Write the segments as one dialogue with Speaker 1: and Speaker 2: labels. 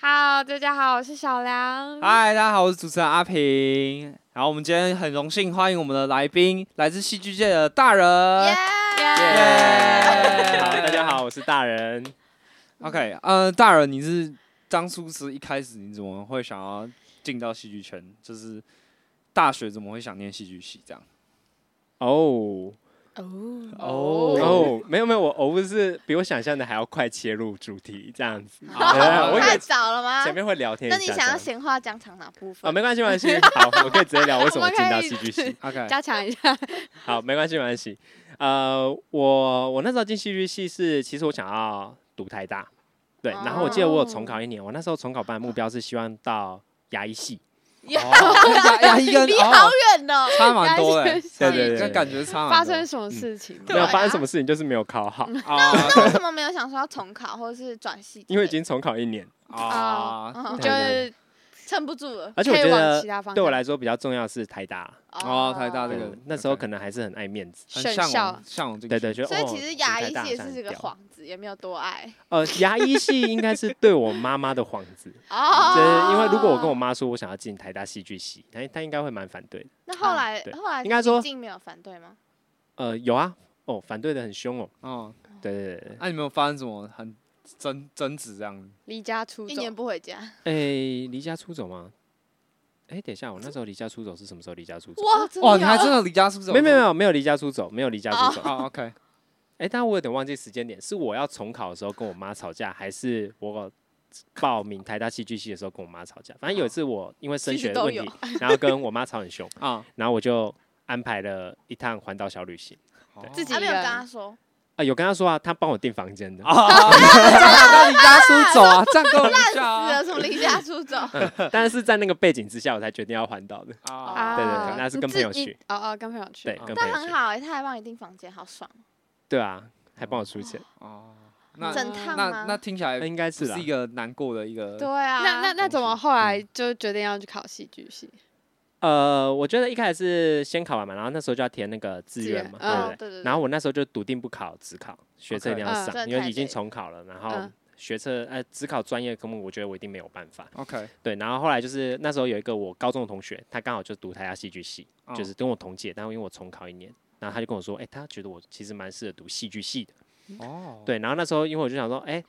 Speaker 1: 大家好，我是小梁。
Speaker 2: 嗨，大家好，我是主持人阿平。然后我们今天很荣幸欢迎我们的来宾，来自戏剧界的大人。
Speaker 1: 耶
Speaker 2: 耶
Speaker 3: 好，大家好，我是大人。
Speaker 2: OK，呃，大人，你是当初是一开始你怎么会想要进到戏剧圈？就是大学怎么会想念戏剧系这样？
Speaker 3: 哦
Speaker 1: 哦
Speaker 3: 哦，没有没有，我哦是比我想象的还要快切入主题，这样子。
Speaker 2: 好
Speaker 3: 我以
Speaker 1: 太
Speaker 3: 为
Speaker 1: 早了吗？
Speaker 3: 前面会聊天
Speaker 1: 那
Speaker 3: 一
Speaker 1: 你
Speaker 3: 下。
Speaker 1: 想要
Speaker 3: 这样
Speaker 1: 闲话讲场哪部
Speaker 3: 啊，
Speaker 1: 分？
Speaker 3: 没关系，没 关系。好，我可以直接聊为什么进到戏剧
Speaker 1: 我们
Speaker 3: 系。
Speaker 2: OK，哦
Speaker 1: 加强一下。
Speaker 3: 好，没关系，没关系。呃，我我那时候进戏剧系是，其实我想要读台大，对。
Speaker 1: 哦
Speaker 3: 然后我记得我有重考一年，我那时候重考班的目标是希望到牙医系。
Speaker 2: 哦，牙牙 医跟
Speaker 1: 离好
Speaker 2: 哦
Speaker 1: 远哦，
Speaker 2: 差蛮多的，
Speaker 1: 对
Speaker 3: 对对对
Speaker 2: 那感觉
Speaker 3: 嗯
Speaker 2: 差蛮多
Speaker 1: 发生什么事情？
Speaker 3: 没有
Speaker 1: 对啊
Speaker 3: 发生什么事情，就是没有 考好，
Speaker 1: 那
Speaker 2: 啊
Speaker 1: 那为什么没有想说要重考或者是转系之类的？
Speaker 3: 因为已经重考一年。
Speaker 2: 啊
Speaker 1: 哦嗯
Speaker 3: 对
Speaker 1: 就
Speaker 3: 对
Speaker 1: 是撑不住了，
Speaker 3: 而且我
Speaker 1: 可以
Speaker 3: 觉
Speaker 1: 往其他
Speaker 3: 得
Speaker 1: 方
Speaker 3: 对我
Speaker 1: 向
Speaker 3: 来说比较重要的是台大，
Speaker 2: 哦台大这
Speaker 3: 对
Speaker 2: 个
Speaker 3: 那时候
Speaker 2: OK
Speaker 3: 可能还是很爱面子，
Speaker 2: 很
Speaker 1: 选
Speaker 2: 向
Speaker 1: 校
Speaker 2: 往向往进去。
Speaker 3: 对对，觉得
Speaker 1: 所以
Speaker 3: 哦
Speaker 1: 其实牙医系也
Speaker 3: 台大好像
Speaker 1: 是
Speaker 3: 很
Speaker 1: 这个
Speaker 3: 屌
Speaker 1: 幌子，也没有多爱
Speaker 3: 呃，牙医系应该是对我妈妈的幌 子，
Speaker 1: 哦。
Speaker 3: 就是因为如果我跟我妈说我想要进台大戏剧系，她她应该会蛮反对的。
Speaker 1: 那后来
Speaker 3: 嗯对
Speaker 1: 后来
Speaker 3: 应该说
Speaker 1: 进没有反对吗？
Speaker 3: 呃，有啊，哦，反对的很凶哦。
Speaker 2: 哦，
Speaker 3: 对对对
Speaker 2: 那、你有没有发生什么很争争执这样子？
Speaker 1: 离家出一
Speaker 4: 走
Speaker 1: 年不回家，
Speaker 3: 对，哎，离家出走吗？哎，等一下，我那时候离家出走是什么时候离家出走？
Speaker 1: 哇
Speaker 2: 哇，你还真的离家出走？
Speaker 3: 没有没有没有没有离家出走，没有离家出走。
Speaker 2: 哦 o k
Speaker 3: 哎，但我有点忘记时间点，是我要重考的时候跟我妈吵架，还是我报名台大戏剧系的时候跟我妈吵架？反正有一次我因为升
Speaker 1: 其实
Speaker 3: 学的
Speaker 1: 都
Speaker 3: 问
Speaker 1: 有
Speaker 3: 题，然后跟我妈吵很凶，
Speaker 2: 啊，
Speaker 3: 然后我就安排了一趟环岛小旅行
Speaker 1: 自己
Speaker 2: 哦
Speaker 4: 啊
Speaker 1: 没
Speaker 4: 没
Speaker 1: 有
Speaker 4: 有
Speaker 1: 跟
Speaker 4: 跟
Speaker 1: 他
Speaker 4: 他
Speaker 1: 说，
Speaker 3: 啊、有跟她说啊，她帮我订房间的，
Speaker 2: 啊，那离家出走啊，这样够烂
Speaker 1: 是
Speaker 2: 啊
Speaker 1: 的，什么离家出走
Speaker 3: 但是在那个背景之下，我才决定要环岛的。
Speaker 2: 啊
Speaker 1: 啊？
Speaker 3: 对对对那是跟朋友去
Speaker 1: 你自己，哦哦，跟朋友去，
Speaker 3: 对，
Speaker 2: 啊
Speaker 3: 跟朋
Speaker 1: 那很
Speaker 3: 友去，
Speaker 1: 好哎，他还帮你订房间，好爽，
Speaker 3: 对啊，还帮我出钱，
Speaker 2: 哦，那
Speaker 1: 整趟
Speaker 2: 那
Speaker 1: 吗
Speaker 2: 那？听起来
Speaker 3: 那应该
Speaker 2: 不
Speaker 3: 是啦
Speaker 2: 是一。个难过的一个
Speaker 1: 对啊，
Speaker 4: 那那那怎么
Speaker 2: 东
Speaker 4: 后
Speaker 3: 嗯
Speaker 4: 来就决定要去考戏剧系？
Speaker 3: 呃，我觉得一开始是先考完嘛，然后那时候就要填那个志愿嘛，
Speaker 4: 志愿
Speaker 3: 对不
Speaker 1: 嗯
Speaker 3: 对？
Speaker 1: 对对，
Speaker 3: 然后我那时候就笃定不考职考，学测一定要
Speaker 4: OK
Speaker 3: 上
Speaker 1: 嗯
Speaker 3: 因为
Speaker 1: 真的太累
Speaker 3: 已经
Speaker 1: 了
Speaker 3: 重考了，然后
Speaker 4: 嗯
Speaker 3: 学测呃职考专业科目，我觉得我一定没有办法。
Speaker 2: OK，
Speaker 3: 对，然后后来就是那时候有一个我高中的同学，他刚好就读台大戏剧系，
Speaker 2: 哦
Speaker 3: 就是跟我同届，但因为我重考一年，然后他就跟我说，哎、他觉得我其实蛮适合读戏剧系的。
Speaker 2: 哦，
Speaker 3: 对，然后那时候因为我就想说，哎、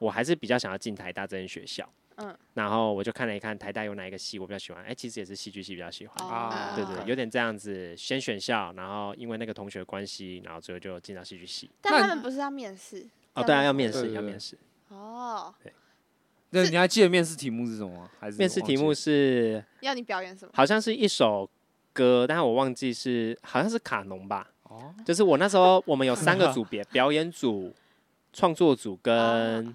Speaker 3: 我还是比较想要进台大这间学校。
Speaker 1: 嗯
Speaker 3: 嗯，然后我就看了一看台大有哪一个系我比较喜欢，哎、其实也是戏剧系比较喜欢。
Speaker 1: 啊
Speaker 2: 啊，
Speaker 3: 对
Speaker 2: 哦
Speaker 3: 对，有点这样子，先选校，然后因为那个同学的关系，然后最后就进到戏剧系。
Speaker 1: 但他们不是要面试
Speaker 3: 哦，对啊，要面
Speaker 2: 对
Speaker 3: 试，
Speaker 2: 对
Speaker 3: 要
Speaker 2: 对
Speaker 3: 面试。
Speaker 1: 哦，
Speaker 2: 那你还记得面试题目是什么吗？还是
Speaker 3: 面试题目
Speaker 2: 忘记
Speaker 3: 是
Speaker 1: 要你表演什么？
Speaker 3: 好像是一首歌，但是我忘记是好像是卡农吧，
Speaker 2: 哦
Speaker 3: 就是我那时候我们有三个组别，表演组、创作组跟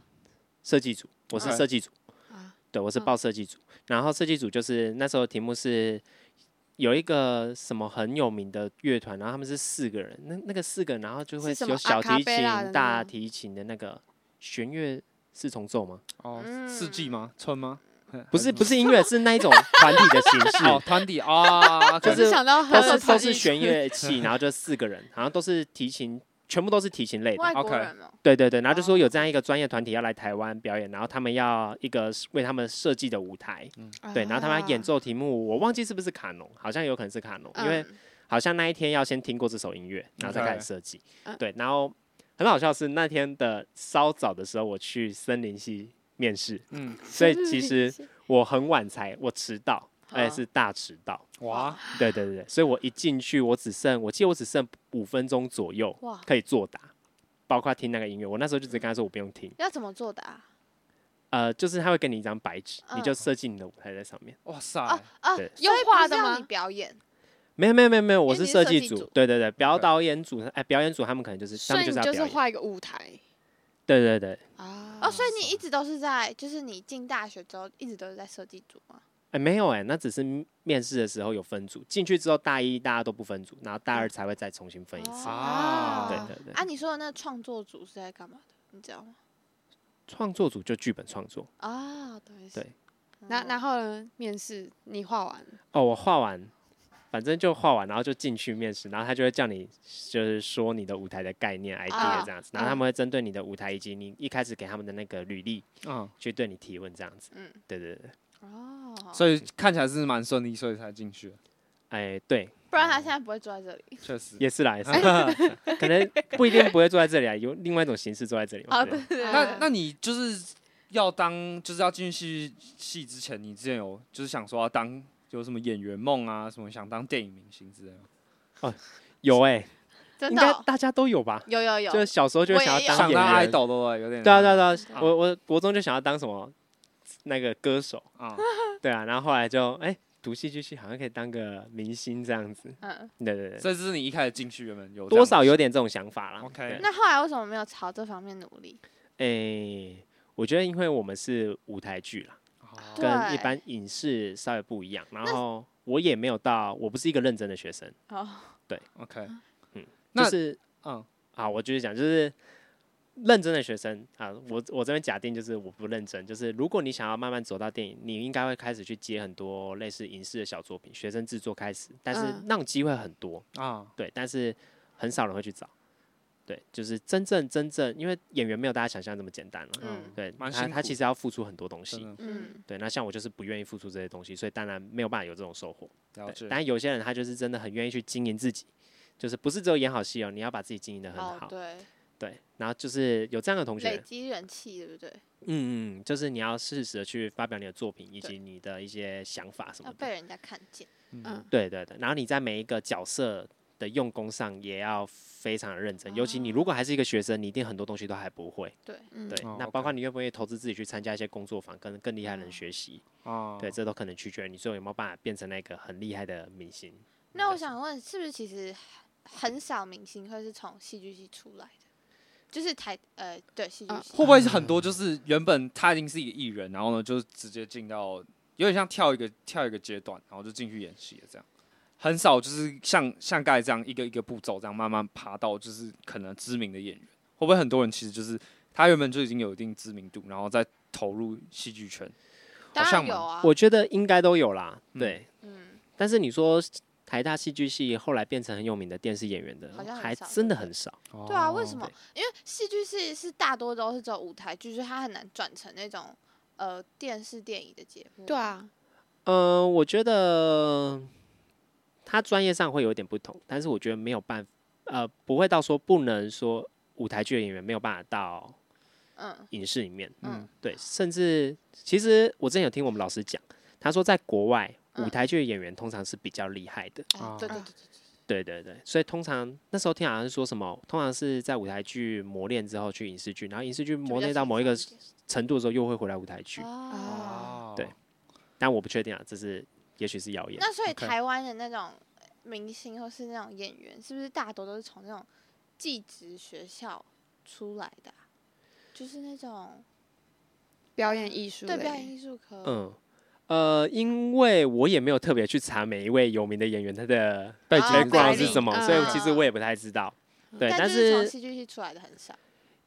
Speaker 3: 设计组，我是
Speaker 2: OK
Speaker 3: 设计组
Speaker 4: 啊，
Speaker 3: 对，我是
Speaker 4: 嗯
Speaker 3: 报设计组。然后设计组就是那时候题目是有一个什么很有名的乐团，然后他们是四个人，那那个四个人，然后就是会
Speaker 4: 什
Speaker 3: 有
Speaker 4: 么
Speaker 3: 小
Speaker 4: acapella
Speaker 3: 提琴
Speaker 4: 的那、
Speaker 3: 大
Speaker 4: 个
Speaker 3: 提琴的那个弦乐四重奏吗？
Speaker 2: 哦，
Speaker 1: 嗯
Speaker 2: 四季吗？春吗？
Speaker 3: 不是，不是音乐，是那一种团体的形 式。
Speaker 2: 哦，团体啊，
Speaker 3: 就
Speaker 4: 我
Speaker 2: ，OK
Speaker 3: 是
Speaker 4: 想
Speaker 3: 都
Speaker 4: 到很有
Speaker 3: 是都是
Speaker 4: 诚意
Speaker 3: 弦乐器，然后就四个人，好像都是提琴，全部都是提琴类的。
Speaker 1: 外国
Speaker 2: OK
Speaker 1: 人哦，
Speaker 3: 对对对，然后就说有这样一个专业团体要来台湾表演，然后他们要一个为他们设计的舞台，
Speaker 4: 嗯
Speaker 3: 对，然后他们
Speaker 4: 啊
Speaker 3: 要演奏题目，我忘记是不是卡农，好像有可能是卡农，
Speaker 4: 嗯，
Speaker 3: 因为好像那一天要先听过这首音乐，然后再开
Speaker 2: OK
Speaker 3: 始设计
Speaker 4: 嗯。
Speaker 3: 对，然后很好笑是那天的稍早的时候，我去森林系面试，
Speaker 2: 嗯，
Speaker 3: 所以其实我很晚才，我迟到，
Speaker 4: 哦
Speaker 3: 而且哎是大迟到。
Speaker 2: 哇，
Speaker 3: 对对对，对所以我一进去，我只剩我记得我只剩五分钟左右
Speaker 1: 哦哇，
Speaker 3: 可以作答，包括听那个音乐。我那时候就直接跟他说我不用听，
Speaker 1: 要怎么作答？啊
Speaker 3: 呃，就是他会给你一张白纸，
Speaker 1: 嗯
Speaker 3: 你就设计你的舞台在上面。
Speaker 2: 哇塞，
Speaker 1: 哦哦，
Speaker 3: 对
Speaker 1: 所以
Speaker 4: 用画
Speaker 1: 不是
Speaker 4: 的
Speaker 1: 要
Speaker 4: 吗
Speaker 1: 你表演
Speaker 3: 没有没有没有没有，
Speaker 1: 因为
Speaker 3: 我
Speaker 1: 你
Speaker 3: 是
Speaker 1: 是
Speaker 3: 设
Speaker 1: 设
Speaker 3: 计
Speaker 1: 计
Speaker 3: 组
Speaker 1: 组，
Speaker 3: 对对对，表
Speaker 2: 对
Speaker 3: 导演组，哎，表演组他们可能就是他
Speaker 4: 所
Speaker 3: 们
Speaker 4: 以
Speaker 3: 就
Speaker 4: 你
Speaker 3: 是要
Speaker 4: 就是
Speaker 3: 表演，
Speaker 4: 画一个舞台
Speaker 3: 对对对，
Speaker 4: 啊
Speaker 1: 哦，所以你一直都是在，就是你进大学之后一直都是在设计组吗？
Speaker 3: 哎没有哎，那只是面试的时候有分组，进去之后大一大家都不分组，然后大二才会再重新分一次。
Speaker 2: 啊
Speaker 3: 对
Speaker 1: 哦
Speaker 3: 对对
Speaker 1: 啊，，你说的那个创作组是在干嘛的？你知道吗？
Speaker 3: 创作组就剧本创作，
Speaker 1: 哦
Speaker 4: 哦
Speaker 1: 啊，懂意思。
Speaker 3: 对
Speaker 1: 嗯，
Speaker 4: 然然后呢？面试你画完
Speaker 3: 哦，我画完，反正就画完，然后就进去面试，然后他就会叫你就是说你的舞台的概念、idea
Speaker 1: 啊
Speaker 3: 这样子，
Speaker 1: 嗯
Speaker 3: 然后他们会针对你的舞台以及你一开始给他们的那个履历
Speaker 1: 哦
Speaker 2: 嗯，
Speaker 3: 去对你提问这样子。
Speaker 1: 嗯，
Speaker 3: 对对对，
Speaker 1: 哦，
Speaker 2: 所以看起来是蛮顺利，所以才进去的，
Speaker 3: 哎，对，
Speaker 1: 不然他现在不会坐在这里。
Speaker 2: 确实。
Speaker 3: 也是啦，也
Speaker 1: 哎
Speaker 3: 是啦， 可能不一定不会坐在这里啊，有另外一种形式坐在这里嘛。
Speaker 1: 哦，
Speaker 3: 对啊
Speaker 1: 对对对，
Speaker 2: 那那你就是要当，就是要进戏剧系之前，你之前有就是想说要当有什么演员梦啊，什么想当电影明星之类的吗？
Speaker 3: 有哎，
Speaker 1: 真
Speaker 3: 应
Speaker 1: 的
Speaker 3: 该
Speaker 1: 哦
Speaker 3: 大家都有吧？
Speaker 1: 有有有，
Speaker 3: 就是小时候就会
Speaker 1: 我
Speaker 3: 想
Speaker 1: 也有
Speaker 3: 要
Speaker 1: 嗯
Speaker 3: 当
Speaker 2: 想
Speaker 3: 演
Speaker 2: 当爱
Speaker 3: 员，
Speaker 2: 豆对不对？有点
Speaker 3: 对啊对啊对啊，
Speaker 2: 啊
Speaker 3: 我我国中就想要当什么那个歌手，
Speaker 2: 啊，
Speaker 3: 对啊，然后后来就哎、读戏剧系好像可以当个明星这样子，
Speaker 1: 嗯，
Speaker 3: 对对对，
Speaker 2: 所以这是你一开始进去原本有这样
Speaker 3: 多少有点这种想法啦。
Speaker 2: OK
Speaker 3: 对
Speaker 1: 那后来为什么没有朝这方面努力？
Speaker 3: 哎、我觉得因为我们是舞台剧啦，
Speaker 2: 哦
Speaker 3: 跟一
Speaker 1: 对
Speaker 3: 般影视稍微不一样，然后我也没有到，我不是一个认真的学生，
Speaker 1: 哦，
Speaker 2: OK，
Speaker 3: 就
Speaker 2: 那
Speaker 3: 是
Speaker 2: 嗯
Speaker 3: 啊，我继续讲，就是认真的学生啊，我我这边假定就是我不认真，就是如果你想要慢慢走到电影，你应该会开始去接很多类似影视的小作品，学生制作开始，但是
Speaker 4: 嗯
Speaker 3: 那种机会很多，
Speaker 2: 啊，
Speaker 3: 对，但是很少人会去找。对，就是真正真正，因为演员没有大家想象这么简单了、
Speaker 1: 嗯
Speaker 3: 对，
Speaker 2: 蛮
Speaker 3: 他
Speaker 2: 辛
Speaker 3: 他
Speaker 2: 苦
Speaker 3: 其实要付出很多东
Speaker 2: 真
Speaker 3: 西。
Speaker 2: 的
Speaker 1: 嗯，
Speaker 3: 对，那像我就是不愿意付出这些东西，所以当然没有办法有这种收获。
Speaker 2: 了
Speaker 3: 对，
Speaker 2: 解。
Speaker 3: 但有些人他就是真的很愿意去经营自己，就是不是只有演好戏哦，你要把自己经营的很
Speaker 1: 哦
Speaker 3: 好。
Speaker 1: 对，
Speaker 3: 对，然后就是有这样的同
Speaker 1: 累
Speaker 3: 学，
Speaker 1: 积人气，对不对？
Speaker 3: 嗯嗯，就是你要适时的去发表你的作品以及你的一些想法什
Speaker 2: 啊
Speaker 3: 么
Speaker 1: 要
Speaker 3: 的。
Speaker 1: 被人家看见。
Speaker 2: 嗯
Speaker 4: 嗯，
Speaker 3: 对对对，然后你在每一个角色的用功上也要非常的认真，尤其你
Speaker 1: 哦
Speaker 3: 如果还是一个学生，你一定很多东西都还不会。
Speaker 1: 对，
Speaker 4: 嗯
Speaker 3: 对，
Speaker 2: 哦
Speaker 3: 那包
Speaker 2: ，OK
Speaker 3: 括你愿不愿意投资自己去参加一些工作坊，跟更厉害的人
Speaker 1: 哦
Speaker 3: 学习，
Speaker 2: 啊，
Speaker 3: 对，这都可能取决于你最后有没有办法变成那个很厉害的明星。
Speaker 1: 那我想问，是不是其实很少明星会是从戏剧系出来的？就是台呃，对戏剧
Speaker 4: 啊
Speaker 1: 系，
Speaker 2: 会不会是很多就是原本他已经是一个艺人，然后呢就直接进到有点像跳一个跳一个阶段，然后就进去演戏了这样。很少就是像像盖这样一个一个步骤这样慢慢爬到就是可能知名的演员，会不会很多人其实就是他原本就已经有一定知名度，然后再投入戏剧圈？
Speaker 1: 当
Speaker 2: 好像
Speaker 1: 然
Speaker 2: 蛮
Speaker 1: 有啊。
Speaker 3: 我觉得应该都有啦，
Speaker 2: 嗯
Speaker 3: 对。
Speaker 1: 嗯，
Speaker 3: 但是你说台大戏剧系后来变成很有名的电视演员的
Speaker 1: 好像，很
Speaker 3: 还
Speaker 1: 少
Speaker 3: 真的
Speaker 1: 对不对
Speaker 3: 很少。
Speaker 2: 哦
Speaker 1: 对啊，为什么
Speaker 3: 对？
Speaker 1: 因为戏剧系是大多都是走舞台剧，所以它很难转成那种呃电视电影的节目。
Speaker 4: 对，啊，
Speaker 3: 嗯，我觉得他专业上会有点不同，但是我觉得没有办法，呃，不会到说不能说舞台剧的演员没有办法到
Speaker 1: 嗯
Speaker 3: 影视里面，
Speaker 1: 嗯，
Speaker 3: 对，甚至其实我之前有听我们老师讲，他说在国外舞
Speaker 1: 嗯
Speaker 3: 台剧的演员通常是比较厉害的，
Speaker 1: 啊，对对
Speaker 4: 啊
Speaker 1: 对对
Speaker 3: 对对对，所以通常那时候听好像是说什么，通常是在舞台剧磨练之后去影视剧，然后影视剧
Speaker 1: 对，
Speaker 3: 磨练到某一个程度的时候又会回来舞台剧，
Speaker 1: 啊。
Speaker 2: 哦
Speaker 3: 对但我不确定啊，这是也许是谣言。
Speaker 1: 那所以
Speaker 2: OK
Speaker 1: 台湾的那种明星或是那种演员，是不是大多都是从那种技职学校出来的啊、就是那种
Speaker 4: 表演艺术
Speaker 1: 对
Speaker 4: 类，
Speaker 1: 表演艺术科，
Speaker 3: 嗯，呃，因为我也没有特别去查每一位有名的演员他的
Speaker 2: 背
Speaker 4: 景
Speaker 3: 背
Speaker 4: 哦
Speaker 3: 光
Speaker 4: 来
Speaker 3: 是
Speaker 4: 历
Speaker 3: 什么，所以
Speaker 1: 嗯
Speaker 3: 其实我也不太知道。对，
Speaker 1: 但
Speaker 3: 但
Speaker 1: 就是从
Speaker 3: 是
Speaker 1: 戏剧系出来的很少。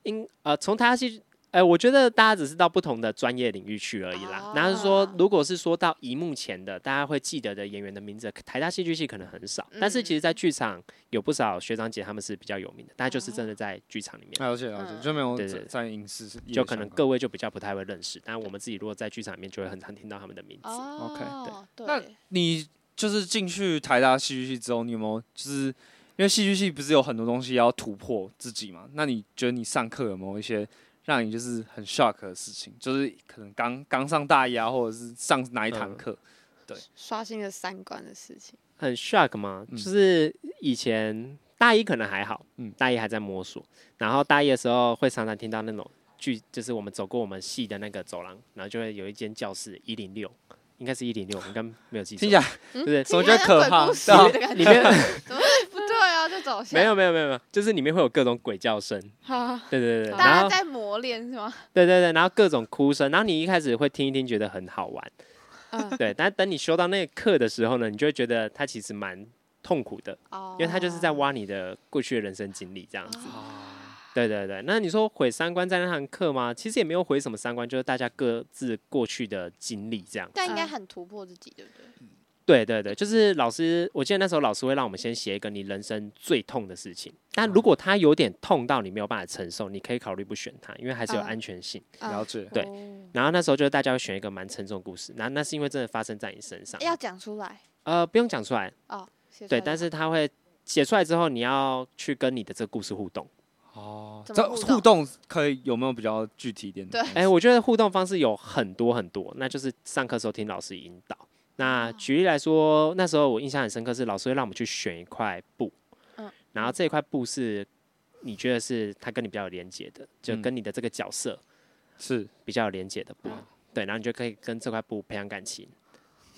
Speaker 3: 因呃，从他去，呃，我觉得大家只是到不同的专业领域去而已啦。然后是说
Speaker 1: 啊，
Speaker 3: 如果是说到荧幕前的，大家会记得的演员的名字，台大戏剧系可能很少，
Speaker 1: 嗯
Speaker 3: 但是其实，在剧场有不少学长姐他们是比较有名的，大家就是真
Speaker 1: 哦
Speaker 3: 的在剧场里面。
Speaker 2: 了解了解，
Speaker 1: 嗯
Speaker 2: 就没有
Speaker 3: 对
Speaker 2: 在
Speaker 3: 对
Speaker 2: 在影视业
Speaker 3: 就可能
Speaker 2: 相关
Speaker 3: 各位就比较不太会认识，但我们自己如果在剧场里面，就会很常听到他们的名字。
Speaker 1: 哦对
Speaker 2: 那你就是进去台大戏剧系之后，你有没有就是因为戏剧系不是有很多东西要突破自己嘛？那你觉得你上课有没有一些让你就是很 shock 的事情？就是可能刚刚上大一啊，或者是上哪一堂
Speaker 3: 嗯
Speaker 2: 课？
Speaker 4: 刷新了三观的事情。
Speaker 3: 很 shock 吗？
Speaker 2: 嗯
Speaker 3: 就是以前大一可能还好，
Speaker 2: 嗯
Speaker 3: 大一还在摸索，然后大一的时候会常常听到那种剧，就是我们走过我们系的那个走廊，然后就会有一间教室一零六，应该是一零六，我应该没有记错，
Speaker 2: 听起来
Speaker 3: 就是
Speaker 2: 怎么觉得可怕？
Speaker 1: 是
Speaker 2: 对啊
Speaker 1: 的感
Speaker 3: 里
Speaker 1: 觉，
Speaker 3: 面
Speaker 1: 怎么会 不对啊？这走向
Speaker 3: 没有没有没有没有，就是里面会有各种鬼叫声，
Speaker 4: 哈，
Speaker 3: 对对对，对
Speaker 1: 大
Speaker 3: 然
Speaker 1: 家
Speaker 3: 后
Speaker 1: 在磨练是吗？
Speaker 3: 对对对，然后各种哭声，然后你一开始会听一听，觉得很好玩，
Speaker 4: 嗯，
Speaker 3: 对，但等你修到那个课的时候呢，你就会觉得它其实蛮痛苦的，
Speaker 1: 哦
Speaker 3: 因为它就是在挖你的过去的人生经历这样子。
Speaker 2: 啊
Speaker 3: 对对对，那你说毁三观在那堂课吗？其实也没有毁什么三观，就是大家各自过去的经历这样。
Speaker 1: 但应该
Speaker 4: 嗯
Speaker 1: 很突破自己，对不对？
Speaker 3: 对对对，就是老师，我记得那时候老师会让我们先写一个你人生最痛的事情，但如果它有点痛到你没有办法承受，你可以考虑不选它，因为还是有
Speaker 4: 嗯
Speaker 3: 安全性。
Speaker 2: 了解。
Speaker 3: 对
Speaker 1: 哦
Speaker 3: 然后那时候就是大家会选一个蛮沉重的故事，然后那是因为真的发生在你身上，
Speaker 1: 要讲出来
Speaker 3: 呃，不用讲出来，
Speaker 1: 哦。写出
Speaker 3: 对，
Speaker 1: 来
Speaker 3: 但
Speaker 1: 就是
Speaker 3: 他会写出来之后，你要去跟你的这个故事互动。
Speaker 2: 哦，
Speaker 1: 怎么
Speaker 2: 这
Speaker 1: 互动
Speaker 2: 互动可以有没有比较具体一点的
Speaker 1: 对
Speaker 2: 方式？
Speaker 3: 哎、我觉得互动方式有很多很多，那就是上课时候听老师引导。那
Speaker 1: 哦
Speaker 3: 举例来说，那时候我印象很深刻是老师会让我们去选一块布，
Speaker 1: 嗯
Speaker 3: 然后这一块布是你觉得是它跟你比较有连接的，就
Speaker 2: 嗯
Speaker 3: 跟你的这个角色
Speaker 2: 是
Speaker 3: 比较有连接的布，
Speaker 1: 嗯
Speaker 3: 对，然后你就可以跟这块布培养感情，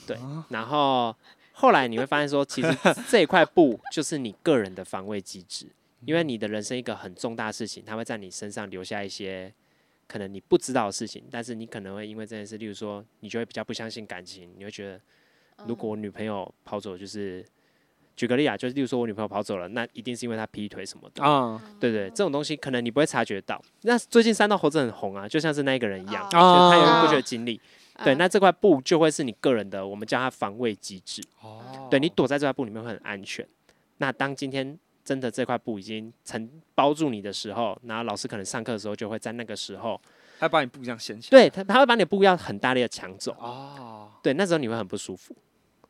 Speaker 3: 对，然后后来你会发现说，其实这一块布就是你个人的防卫机制，因为你的人生一个很重大的事情，它会在你身上留下一些可能你不知道的事情，但是你可能会因为这件事，例如说，你就会比较不相信感情，你会觉得如果我女朋友跑走，就是举个例啊，就是例如说我女朋友跑走了，那一定是因为她劈腿什么的。
Speaker 2: 啊
Speaker 3: 对对，这种东西可能你不会察觉到。那最近三道猴子很红啊，就像是那一个人一样，
Speaker 1: 哦
Speaker 3: 就是他有一个过去的
Speaker 4: 哦
Speaker 3: 经历。对，
Speaker 4: 嗯
Speaker 3: 那这块布就会是你个人的，我们叫它防卫机制。
Speaker 2: 哦
Speaker 3: 对你躲在这块布里面会很安全。那当今天真的这块布已经承包住你的时候，然后老师可能上课的时候就会在那个时候，
Speaker 2: 他把你布这样掀起来。
Speaker 3: 对他他会把你的布要很大力的抢走，
Speaker 2: 哦，
Speaker 3: 对，那时候你会很不舒服，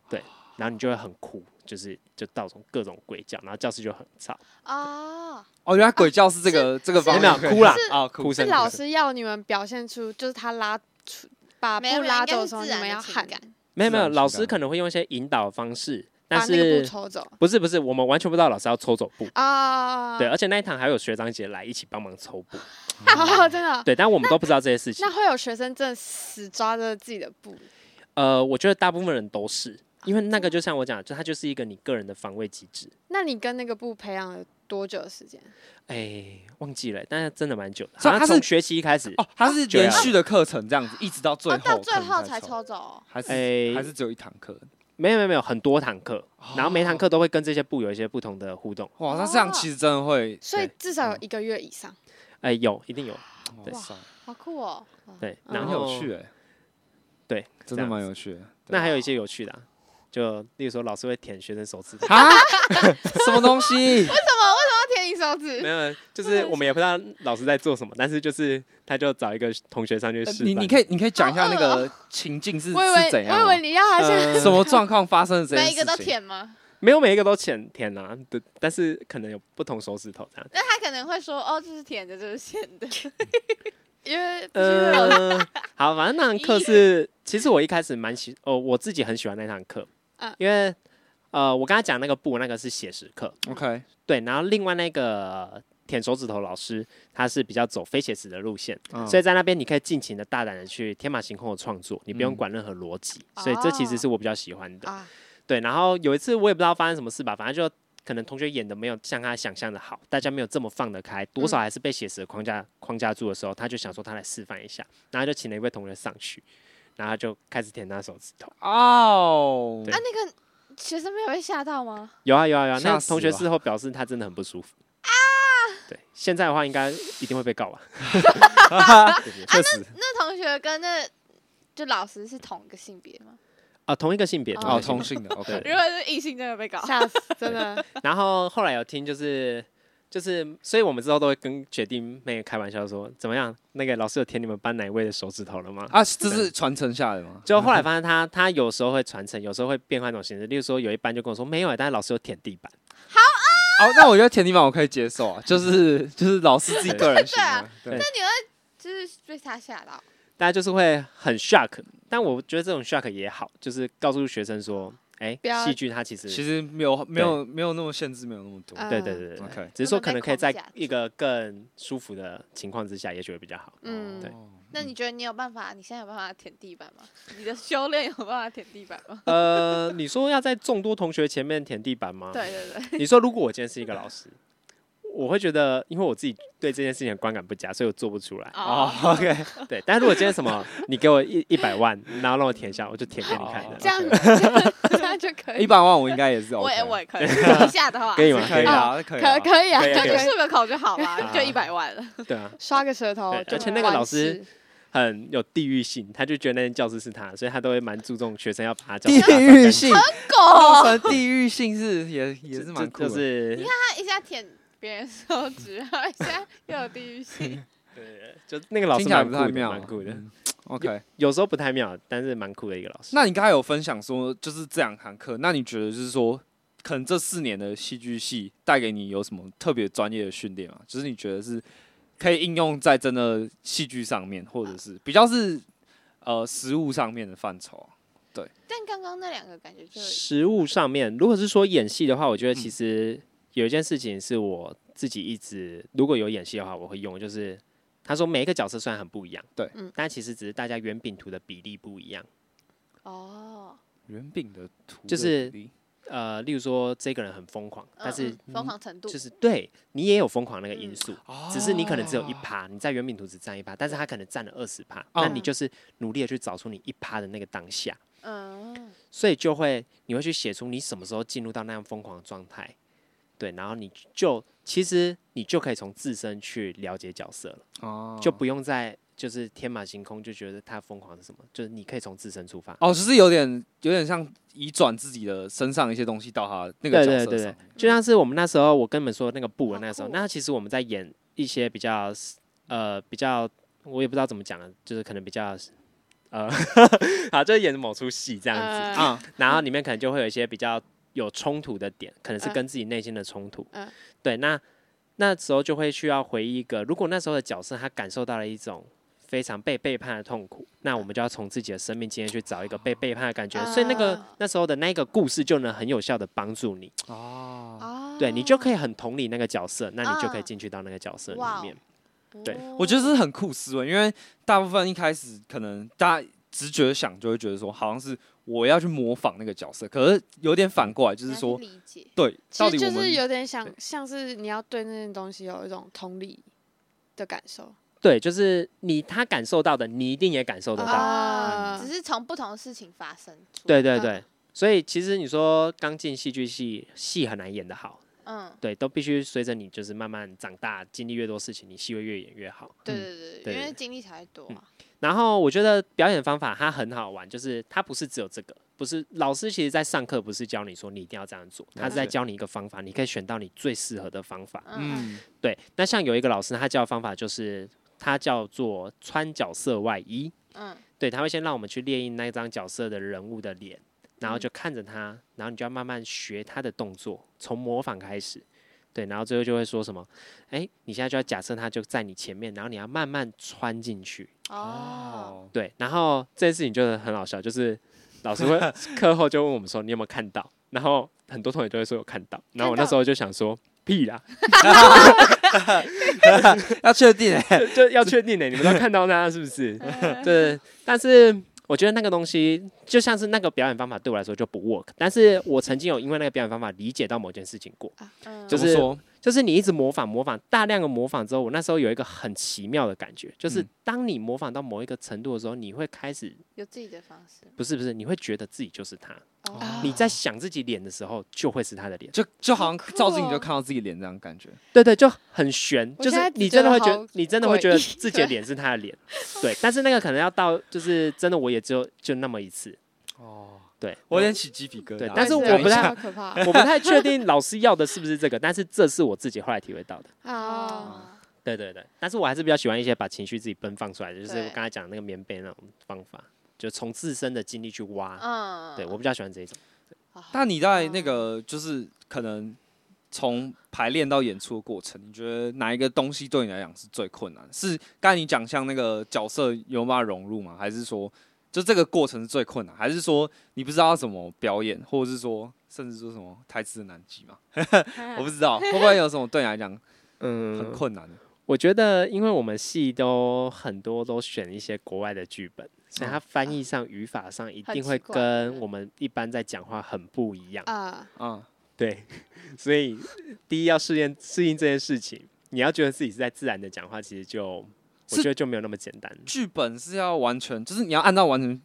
Speaker 3: 对，然后你就会很哭，就是就到种各种鬼叫，然后教室就很吵，
Speaker 1: 啊，
Speaker 2: 哦，原来鬼叫是这个这个
Speaker 1: 是
Speaker 2: 方
Speaker 3: 没有
Speaker 2: 面可以
Speaker 3: 哭啦
Speaker 2: 啊，
Speaker 3: 哭
Speaker 2: 哭
Speaker 3: 声
Speaker 4: 是老师要你们表现出，就是他拉出把
Speaker 1: 没有
Speaker 4: 布
Speaker 1: 没有
Speaker 4: 拉
Speaker 1: 应该
Speaker 4: 走
Speaker 1: 是
Speaker 4: 时候，
Speaker 1: 自
Speaker 4: 你
Speaker 1: 然
Speaker 4: 们
Speaker 1: 的
Speaker 4: 要
Speaker 1: 情
Speaker 4: 喊，
Speaker 1: 感
Speaker 3: 没有没有，
Speaker 2: 自然
Speaker 3: 老
Speaker 2: 情
Speaker 3: 师
Speaker 2: 感
Speaker 3: 可能会用一些引导方式，但
Speaker 4: 把那个
Speaker 3: 是
Speaker 4: 布抽走
Speaker 3: 不是不是，我们完全不知道老师要抽走布，
Speaker 4: 啊。
Speaker 3: 对，而且那一堂还有学长姐来一起帮忙抽布，
Speaker 4: 啊， 真的。
Speaker 3: 对，但我们都不知道这些事情
Speaker 4: 那。会有学生真的死抓着自己的布，
Speaker 3: 呃，我觉得大部分人都是，
Speaker 2: 哦
Speaker 3: 因为那个就像我讲的，就它就是一个你个人的防卫机制。
Speaker 4: 那你跟那个布培养了多久的时间？
Speaker 3: 哎，忘记了，但是真的蛮久的，
Speaker 2: 所
Speaker 3: 好
Speaker 2: 以
Speaker 3: 像
Speaker 2: 它是
Speaker 3: 从学期一开始。
Speaker 2: 哦，他是
Speaker 3: 觉得
Speaker 2: 连续的课程这样子，一直到最
Speaker 1: 哦，
Speaker 2: 后，
Speaker 1: 到最
Speaker 2: 可能
Speaker 1: 后才
Speaker 2: 抽，
Speaker 1: 抽走哦，
Speaker 2: 还是
Speaker 3: 哎
Speaker 2: 还是哦只有一堂课？
Speaker 3: 没有没有没有，很多堂课，然后每堂课都会跟这些部有一些不同的互动。
Speaker 2: 哇，那这
Speaker 1: 哦
Speaker 2: 样其实真的会，
Speaker 4: 所以
Speaker 3: 对
Speaker 4: 至少有
Speaker 2: 嗯
Speaker 4: 一个月以上，
Speaker 3: 哎，有一定有，对
Speaker 2: 哇塞，
Speaker 1: 好酷哦。哇
Speaker 3: 对，
Speaker 4: 嗯
Speaker 3: 然
Speaker 2: 蛮
Speaker 3: 后
Speaker 2: 有趣哎，
Speaker 3: 对，
Speaker 2: 真
Speaker 3: 这
Speaker 2: 的
Speaker 3: 样
Speaker 2: 蛮
Speaker 3: 子
Speaker 2: 有趣的。对，
Speaker 3: 那还有一些有趣的啊、就例如说老师会舔学生手指头
Speaker 2: 啊， 什么东西？
Speaker 4: 要舔你手指
Speaker 3: 没。有，就是我们也不知道老师在做什么，但是就是他就找一个同学上去示范。
Speaker 2: 呃你你可以你可以讲一下那
Speaker 1: 哦
Speaker 2: 个情境是
Speaker 4: 我以为
Speaker 2: 是怎样
Speaker 4: 我以
Speaker 2: 吗
Speaker 4: 为？你要他先
Speaker 3: 呃
Speaker 2: 什么状况发生了这件
Speaker 1: 每一
Speaker 2: 事
Speaker 1: 个都
Speaker 2: 情？
Speaker 1: 舔吗？
Speaker 3: 没有每一个都舔舔啊，对，但是可能有不同手指头这样。
Speaker 1: 那他可能会说，哦，这是舔的，这是咸 的，因为
Speaker 3: 呃，好，反正那堂课是，其实我一开始蛮喜，哦，我自己很喜欢那堂课，
Speaker 4: 嗯
Speaker 3: 因为呃，我刚才讲那个布那个是写实课，
Speaker 2: OK，
Speaker 3: 对，然后另外那个舔手指头老师，他是比较走非写实的路线，
Speaker 2: 嗯
Speaker 3: 所以在那边你可以尽情的大胆的去天马行空的创作，你不用
Speaker 2: 嗯
Speaker 3: 管任何逻辑，所以这其实是我比较喜欢 的。
Speaker 4: 啊，
Speaker 3: 对，然后有一次我也不知道发生什么事吧，反正就可能同学演的没有像他想象的好，大家没有这么放得开，多少
Speaker 2: 嗯
Speaker 3: 还是被写实的框架框架住的时候，他就想说他来示范一下，然后就请了一位同学上去，然后他就开始舔他手指头。
Speaker 2: 哦，
Speaker 3: 对
Speaker 1: 啊，那个学生没有被吓到吗？
Speaker 3: 有啊有啊有啊，那
Speaker 2: 吓死
Speaker 3: 同学
Speaker 2: 了
Speaker 3: 事后表示他真的很不舒服。啊！对，现在的话应该一定会被告吧？ 对对
Speaker 2: 确实
Speaker 1: 那同学跟那就老师是同一个性别吗？
Speaker 3: 啊，同一个性别
Speaker 1: 哦
Speaker 3: 一
Speaker 2: 哦，
Speaker 3: 个性
Speaker 2: 同
Speaker 3: 别
Speaker 2: 性的 OK，
Speaker 1: 如果是异性，真的被搞。
Speaker 4: 吓死，真 的。
Speaker 3: 然后后来有听就是。就是，所以我们之后都会跟学弟妹开玩笑说，怎么样？那个老师有舔你们班哪一位的手指头了吗？
Speaker 2: 啊，这是传承下来的吗？
Speaker 3: 就后来发现他，他有时候会传承，有时候会变换一种形式。例如说，有一班就跟我说没有欸，但是老师有舔地板。
Speaker 2: 哦，那我觉得舔地板我可以接受啊，就是就是老师自己个人行
Speaker 1: 啊
Speaker 2: 为，
Speaker 3: 啊
Speaker 2: 对
Speaker 1: 那你会就是被他吓到？
Speaker 3: 大家就是会很 shock，但我觉得这种 shock 也好，就是告诉学生说，哎、
Speaker 4: 不要
Speaker 3: 戏剧它其实，
Speaker 2: 其实没有没有没有那么限制，没有那么多。
Speaker 4: 嗯
Speaker 3: 对对对对呃对
Speaker 2: OK
Speaker 3: 只是说可
Speaker 1: 不
Speaker 3: 能
Speaker 1: 能被
Speaker 3: 可以在
Speaker 1: 框架
Speaker 3: 一个更舒服的情况之下，也许会比较好。
Speaker 4: 嗯，
Speaker 3: 对
Speaker 1: 那你觉得你有办法？你现在有办法舔地板吗？你的修炼有办法舔地板吗？
Speaker 3: 呃，你说要在众多同学前面舔地板吗？。
Speaker 1: 对对对，
Speaker 3: 你说如果我今天是一个老师，我会觉得，因为我自己对这件事情的观感不佳，所以我做不出来。
Speaker 2: 哦
Speaker 1: 哦，
Speaker 2: ，OK，
Speaker 3: 对，但是如果今天什么，你给我一一百万，然后让我填一下，我就填给你看
Speaker 2: 哦
Speaker 3: 的。
Speaker 4: 这样
Speaker 2: OK
Speaker 4: 这样就可
Speaker 2: 一
Speaker 4: 以，
Speaker 2: 百万我应该也是 OK，
Speaker 1: 我也我也 可以，一下的话
Speaker 3: 可以吗
Speaker 2: 是可以啊，是可以啊，
Speaker 4: 可可以啊，
Speaker 3: 可以
Speaker 1: 就
Speaker 3: 啊
Speaker 4: 可
Speaker 1: 就
Speaker 4: 以
Speaker 1: 漱个口就好了，
Speaker 3: 啊
Speaker 1: 就一百万了。
Speaker 3: 对啊，
Speaker 4: 刷个舌头
Speaker 3: 对，
Speaker 4: 就
Speaker 3: 而且那个老
Speaker 4: 完
Speaker 3: 师
Speaker 4: 事
Speaker 3: 很有地域性，他就觉得那间教室是他的，所以他都会蛮注重学生要把他教
Speaker 2: 地
Speaker 3: 室打扫干
Speaker 2: 域
Speaker 3: 净
Speaker 2: 性，造
Speaker 1: 狗，
Speaker 2: 成地域性是也也是
Speaker 3: 就
Speaker 2: 蛮酷的。
Speaker 3: 就是
Speaker 1: 他一下舔别人手指，然后一下又有地域性，
Speaker 3: 就那个老师
Speaker 2: 听起来
Speaker 3: 蛮
Speaker 2: 不
Speaker 3: 酷
Speaker 2: 太
Speaker 3: 的，
Speaker 2: 妙啊，
Speaker 3: 蛮酷的。
Speaker 2: 嗯 OK，
Speaker 3: 有时候不太妙，但是蛮酷的一个老师。
Speaker 2: 那你刚才有分享说就是这两堂课，那你觉得就是说，可能这四年的戏剧系带给你有什么特别专业的训练吗？就是你觉得是可以应用在真的戏剧上面，或者是比较是呃实物上面的范畴啊？
Speaker 1: 但刚刚那两个感觉就
Speaker 3: 食物上面，如果是说演戏的话，我觉得
Speaker 2: 嗯
Speaker 3: 其实有一件事情是我自己一直，如果有演戏的话，我会用，就是他说每一个角色虽然很不一样，
Speaker 2: 对
Speaker 1: 嗯
Speaker 3: 但其实只是大家圆饼图的比例不一样。
Speaker 1: 哦，
Speaker 2: 圆饼的图
Speaker 3: 就
Speaker 2: 的
Speaker 3: 是
Speaker 2: 比例
Speaker 3: 呃，例如说这个人很疯狂，
Speaker 1: 嗯
Speaker 3: 但是
Speaker 1: 嗯疯狂程度
Speaker 3: 就是对你也有疯狂那个因素，只是你可能只有一
Speaker 2: 哦
Speaker 3: 趴，你在圆饼图只占一趴，但是他可能占了二十趴，
Speaker 2: 嗯
Speaker 3: 那你就是努力的去找出你一趴的那个当下。
Speaker 1: 嗯，
Speaker 3: 所以就会你会去写出你什么时候进入到那样疯狂的状态，对，然后你就其实你就可以从自身去了解角色了，
Speaker 2: 哦
Speaker 3: 就不用再就是天马行空就觉得他疯狂是什么，就是你可以从自身出发。
Speaker 2: 哦，就是有点有点像移转自己的身上一些东西到他那个角色上。
Speaker 3: 对对对就像是我们那时候我跟你们说那个布文
Speaker 1: 好
Speaker 3: 那时候，
Speaker 1: 酷哦
Speaker 3: 那其实我们在演一些比较呃比较我也不知道怎么讲啊，就是可能比较呃 好，就是演某出戏这样子，
Speaker 4: 呃
Speaker 2: 啊，
Speaker 3: 然后里面可能就会有一些比较有冲突的点，可能是
Speaker 4: 嗯
Speaker 3: 跟自己内心的冲突。
Speaker 4: 嗯
Speaker 3: 对，那那时候就会需要回忆一个，如果那时候的角色他感受到了一种非常被背叛的痛苦，那我们就要从自己的生命经验去找一个被背叛的感觉，所以那个
Speaker 1: 嗯
Speaker 3: 那时候的那个故事就能很有效的帮助你，
Speaker 2: 哦，
Speaker 1: 哦，
Speaker 3: 对你就可以很同理那个角色，那你就可以
Speaker 1: 嗯
Speaker 3: 进去到那个角色
Speaker 1: 哇哦
Speaker 3: 里面。对
Speaker 2: 我觉得这是很酷思维，因为大部分一开始可能大家直觉想就会觉得说，好像是我要去模仿那个角色，可是有点反过来，就是说，
Speaker 1: 理解，
Speaker 2: 对，
Speaker 4: 其
Speaker 2: 到
Speaker 4: 实
Speaker 2: 底
Speaker 4: 就
Speaker 2: 我
Speaker 4: 是
Speaker 2: 们
Speaker 4: 有点想，像是你要对那件东西有一种同理的感受。
Speaker 3: 对，就是你他感受到的，你一定也感受得到。
Speaker 1: 啊，
Speaker 4: 嗯
Speaker 1: 只是从不同的事情发生出来，
Speaker 3: 对对对，所以其实你说刚进戏剧系，戏很难演得好，
Speaker 1: 嗯，
Speaker 3: 对，都必须随着你就是慢慢长大，经历越多事情，你戏会越演越好。
Speaker 1: 对对
Speaker 3: 对
Speaker 1: 对，因
Speaker 3: 对
Speaker 1: 为经历才会多啊，
Speaker 3: 然后我觉得表演方法它很好玩，就是它不是只有这个，不是老师其实在上课不是教你说你一定要这样做，他是在
Speaker 2: 了解
Speaker 3: 教你一个方法，你可以选到你最适合的方法。
Speaker 1: 嗯，
Speaker 2: 嗯，
Speaker 3: 对，那像有一个老师他教的方法就是他叫做穿角色外衣，
Speaker 1: 嗯，
Speaker 3: 对，他会先让我们去列印那张角色的人物的脸，然后
Speaker 1: 嗯
Speaker 3: 就看着他，然后你就要慢慢学他的动作，从模仿开始。对，然后最后就会说什么？哎，你现在就要假设他就在你前面，然后你要慢慢穿进去。
Speaker 1: 哦，
Speaker 2: 哦，
Speaker 3: 对，然后这件事情就是很好笑，就是 老师会课后就问我们说你有没有看到，然后很多同学都会说有看到，然后我
Speaker 1: 看
Speaker 3: 那
Speaker 1: 到
Speaker 3: 时候就想说屁啦，
Speaker 2: 要确 定欸，
Speaker 3: 就就要确定呢、你们都看到他是不是？对，但是我觉得那个东西就像是那个表演方法对我来说就不 work，但是我曾经有因为那个表演方法理解到某件事情过，
Speaker 1: 嗯
Speaker 3: 哦就
Speaker 2: 怎么
Speaker 3: 是
Speaker 2: 说，
Speaker 3: 就是你一直模仿模仿大量的模仿之后，我那时候有一个很奇妙的感觉，就是
Speaker 2: 嗯
Speaker 3: 当你模仿到某一个程度的时候，你会开始
Speaker 1: 有自己的方式，
Speaker 3: 不是不是，你会觉得自己就是他，
Speaker 1: 哦
Speaker 3: 你在想自己脸的时候就会是他的脸，
Speaker 2: 就就好像
Speaker 4: 好酷
Speaker 2: 照镜子就
Speaker 4: 哦
Speaker 2: 看到自己脸这样的感觉，
Speaker 3: 对对，就很悬，
Speaker 4: 我
Speaker 3: 就是
Speaker 4: 现在
Speaker 3: 你
Speaker 4: 觉
Speaker 3: 真的
Speaker 4: 得
Speaker 3: 会觉
Speaker 4: 好
Speaker 3: 你真的会觉得
Speaker 4: 诡异
Speaker 3: 自己的脸是他的脸，对，但是那个可能要到就是真的我也只有就那么一次，
Speaker 2: 哦，
Speaker 3: 对，
Speaker 2: 我有点起鸡皮疙瘩
Speaker 3: 对
Speaker 2: 了，
Speaker 3: 但是
Speaker 4: 我
Speaker 3: 我不太
Speaker 4: 好 可怕啊
Speaker 3: 我不太确定老师要的是不是这个， 但是这是我自己后来体会到的。
Speaker 4: 啊！
Speaker 1: 哦，
Speaker 3: 对对对，但是我还是比较喜欢一些把情绪自己奔放出来的，就是我
Speaker 1: 对
Speaker 3: 刚才讲的那个棉被那种方法，就从自身的经历去挖。
Speaker 1: 嗯，
Speaker 3: 啊对我比较喜欢这一种。
Speaker 1: 好好
Speaker 2: 那你在那个就是可能从排练到演出的过程，你觉得哪一个东西对你来讲是最困难？是刚才你讲像那个角色有办法融入吗？还是说就这个过程是最困难？还是说你不知道怎么表演，或者是说甚至说什么 台词很难记吗？我不知道会不会有什么对你来讲很
Speaker 3: 嗯，
Speaker 2: 困难的？
Speaker 3: 我觉得因为我们系都很多都选一些国外的剧本，所以它翻译上、语法上一
Speaker 1: 哦嗯很
Speaker 3: 定会
Speaker 1: 奇怪
Speaker 3: 跟我们一般在讲话很不一样。
Speaker 4: 啊，
Speaker 2: 嗯，
Speaker 3: 对，所以第一要适应适应这件事情，你要觉得自己是在自然的讲话，其实就。我
Speaker 2: 是
Speaker 3: 觉得就没有那么简单。
Speaker 2: 剧本是要完全，就是你要按照完全，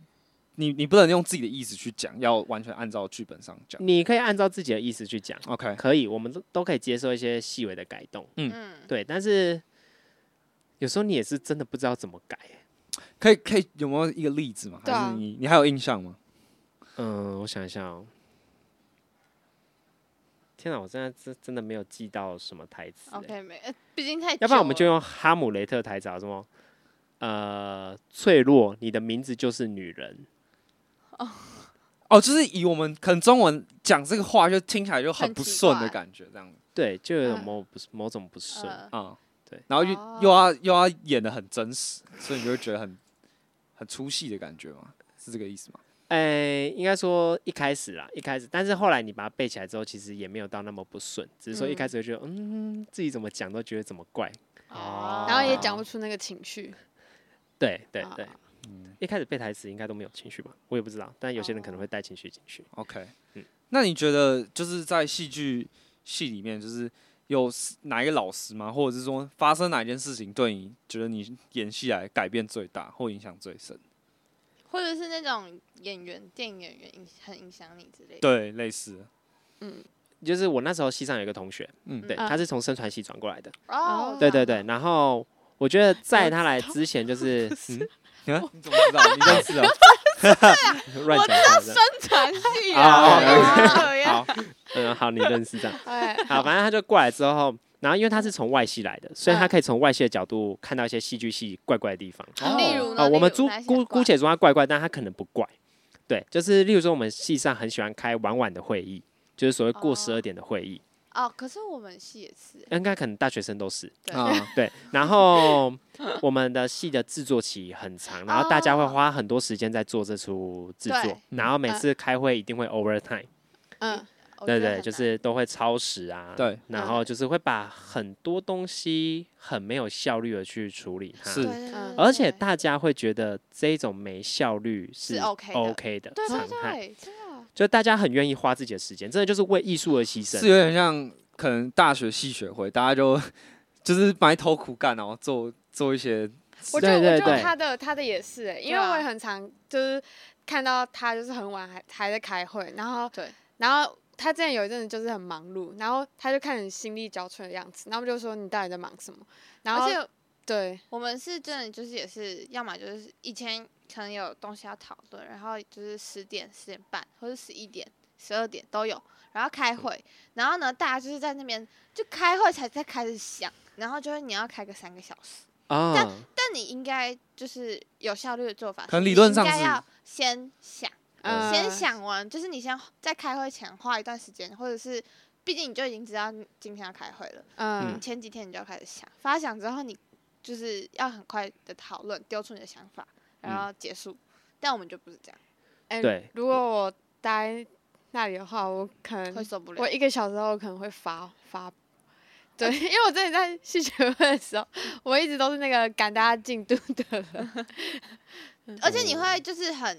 Speaker 2: 你你不能用自己的意思去讲，要完全按照剧本上讲。
Speaker 3: 你可以按照自己的意思去讲，
Speaker 2: OK，
Speaker 3: 可以，我们都都可以接受一些细微的改动，
Speaker 1: 嗯，
Speaker 3: 对。但是有时候你也是真的不知道怎么改，
Speaker 2: 可以可以有没有一个例子吗？
Speaker 4: 对啊
Speaker 2: 还是你你还有印象吗？
Speaker 3: 嗯，我想一下哦。天哪，我现在真真的没有记到什么台词欸、
Speaker 1: OK，没，呃毕竟太
Speaker 3: 要不然我们
Speaker 1: 久
Speaker 3: 就
Speaker 1: 了
Speaker 3: 用哈姆雷特台词啊，什么呃，脆弱，你的名字就是女人，
Speaker 2: 哦，就是以我们可能中文讲这个话，就听起来就很
Speaker 1: 很
Speaker 2: 不
Speaker 1: 奇
Speaker 2: 顺的
Speaker 1: 怪
Speaker 2: 感觉，这样
Speaker 3: 对，就有种
Speaker 4: 嗯
Speaker 3: 某不是某种不顺，
Speaker 1: 呃
Speaker 2: 啊，
Speaker 3: 对
Speaker 2: 然后又、
Speaker 4: 哦
Speaker 2: 又要又要演的很真实，所以你就会觉得很很出戏的感觉嘛，是这个意思吗？
Speaker 3: 哎、应该说一开始啦，一开始，但是后来你把它背起来之后，其实也没有到那么不顺，只是说一开始会觉得，嗯自己怎么讲都觉得怎么怪，
Speaker 1: 哦
Speaker 4: 然后也讲不出那个情绪。
Speaker 3: 对对对，
Speaker 4: 啊
Speaker 3: 一开始背台词应该都没有情绪吧，我也不知道，但有些人可能会带情绪进去。
Speaker 2: OK，
Speaker 3: 嗯
Speaker 2: 那你觉得就是在戏剧系里面，就是有 s- 哪一个老师吗？或者是说发生哪一件事情对你觉得你演戏来改变最大或影响最深？
Speaker 1: 或者是那种演员、电影演员影很影响你之类的。
Speaker 2: 对，类似 的
Speaker 3: 就是我那时候系上有一个同学，
Speaker 2: 嗯
Speaker 3: 嗯，对，他是从生传系转过来的，
Speaker 1: 哦，
Speaker 3: 对
Speaker 1: 这
Speaker 3: 对
Speaker 1: 样
Speaker 3: 对，然后我觉得在他来之 前就是，嗯，
Speaker 2: 啊，你怎么知道？你认识啊？
Speaker 3: 乱讲话这样，
Speaker 1: 生 传系
Speaker 3: 啊
Speaker 1: 啊，这样
Speaker 3: 好，嗯，好，你认识这样，
Speaker 4: 哎，
Speaker 3: 好，反正他就过来之后，然后因为他是从外系来的，所以他可以从外系的角度看到一些戏剧系怪怪的地方。
Speaker 2: 哦
Speaker 1: 例如呢，
Speaker 3: 呃，我们
Speaker 1: 嗯例如
Speaker 3: 姑
Speaker 1: 哪些
Speaker 3: 姑
Speaker 1: 怪
Speaker 3: 姑且说他怪怪，但他可能不怪。对，就是例如说我们系上很喜欢开晚晚的会议，就是所谓过十二点的会议，
Speaker 1: 哦，可是我们系也是欸，
Speaker 3: 应该可能大学生都是。
Speaker 1: 对
Speaker 2: 啊，
Speaker 3: 对，然后我们的戏的制作期很长，然后大家会花很多时间在做这出制作
Speaker 1: 哦对，嗯
Speaker 3: 然后每次开会一定会 overtime，、
Speaker 4: 嗯，
Speaker 1: 我觉得
Speaker 3: 对对，
Speaker 1: 哦很
Speaker 3: 就
Speaker 1: 难
Speaker 3: 是都会超时啊，
Speaker 2: 对，
Speaker 3: 然后就是会把很多东西很没有效率的去处理它，
Speaker 2: 是
Speaker 1: 对对对
Speaker 4: 嗯
Speaker 3: 而且
Speaker 1: 对
Speaker 3: 大家会觉得这一种没效率
Speaker 1: 是 OK 的
Speaker 3: OK 的
Speaker 1: 对
Speaker 3: 常
Speaker 1: 对
Speaker 3: 态，
Speaker 1: 对，真的
Speaker 3: 就大家很愿意花自己的时间，真的就是为艺术而牺
Speaker 2: 是
Speaker 3: 牲。
Speaker 2: 有点像可能大学系学会，大家就 就是埋头苦干，然后做做一些
Speaker 4: 我觉
Speaker 3: 对
Speaker 4: 得
Speaker 3: 对
Speaker 4: 我觉得
Speaker 3: 对
Speaker 4: 他的他的也是欸，因
Speaker 1: 对
Speaker 4: 为
Speaker 1: 啊
Speaker 4: 我也很常就是看到他就是很晚还还在开会，然后
Speaker 1: 对，
Speaker 4: 然后他之前有一阵子就是很忙碌，然后他就看很心力交瘁的样子，然后我们就说你到底在忙什么？然后
Speaker 1: 而且
Speaker 4: 对
Speaker 1: 我们是真的就是也是，要么就是以前可能有东西要讨论，然后就是十点、十点半或者十一点、十二点都有，然后开会，然后呢大家就是在那边就开会才在开始想，然后就是你要开个三个小时。
Speaker 3: 啊，
Speaker 1: 但你应该就是有效率的做法，
Speaker 2: 可能
Speaker 1: 是
Speaker 2: 理
Speaker 1: 你
Speaker 2: 论
Speaker 1: 应
Speaker 2: 上
Speaker 1: 该
Speaker 2: 是呃
Speaker 1: 要先想，
Speaker 4: 嗯
Speaker 1: 先想完，就是你先在开会前花一段时间，或者是，毕竟你就已经知道你今天要开会了，
Speaker 4: 嗯
Speaker 1: 你前几天你就要开始想，发想之后你就是要很快的讨论，丢出你的想法，然
Speaker 3: 嗯
Speaker 1: 后结束。但我们就不是这样，
Speaker 4: 哎
Speaker 3: 对
Speaker 4: 如果我待那里的话，我可
Speaker 3: 嗯
Speaker 1: 会
Speaker 4: 能
Speaker 1: 受不了
Speaker 4: 我。一个小时后我可能会发发。对， 因为我之前在戏学会的时候，我一直都是那个赶大家进度的人。
Speaker 1: 而且
Speaker 3: 嗯
Speaker 1: 你会就是很，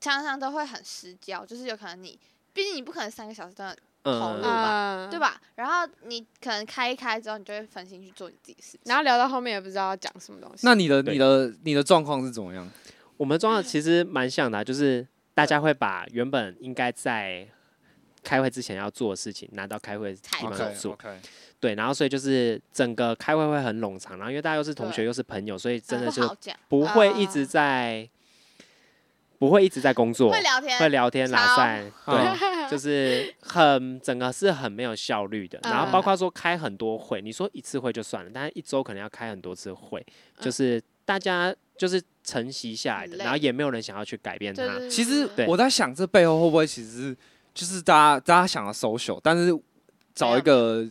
Speaker 1: 常常都会很失焦，就是有可能你，毕竟你不可能三个小时都很投入
Speaker 3: 嗯，
Speaker 1: 吧
Speaker 4: 嗯
Speaker 1: 对吧？然后你可能开一开之后，你就会分心去做你自己的事情。嗯
Speaker 4: 然后聊到后面也不知道要讲什么东西。
Speaker 2: 那你的
Speaker 3: 对
Speaker 2: 你的你的状况是怎么样？
Speaker 3: 我们状况其实蛮像的啊、就是大家会把原本应该在开会之前要做的事情拿到开会的地
Speaker 1: 才
Speaker 3: 方
Speaker 1: 做
Speaker 3: 去做，
Speaker 2: OK，
Speaker 3: 对，然后所以就是整个开会会很冗长，然后因为大家又是同学
Speaker 1: 对
Speaker 3: 又是朋友，所以真
Speaker 2: 嗯
Speaker 3: 的
Speaker 1: 不
Speaker 3: 就
Speaker 1: 好讲，
Speaker 3: 不会一
Speaker 2: 啊
Speaker 3: 直在、不会一直在工作，
Speaker 1: 会聊天，
Speaker 3: 会聊天拉
Speaker 1: 超
Speaker 3: 塞， 对，
Speaker 2: 啊
Speaker 3: 就是很整个是很没有效率的。然后包
Speaker 4: 嗯
Speaker 3: 括说开很多会，你说一次会就算了，但是一周可能要开很多次会，就是大家就是承袭下来的，
Speaker 1: 很
Speaker 3: 然后
Speaker 1: 嗯累
Speaker 3: 也没有人想要去改变它
Speaker 1: 对。对对
Speaker 2: 其实
Speaker 3: 对
Speaker 2: 我在想，这背后会不会其实是就是大家大家想要 social，但是找一个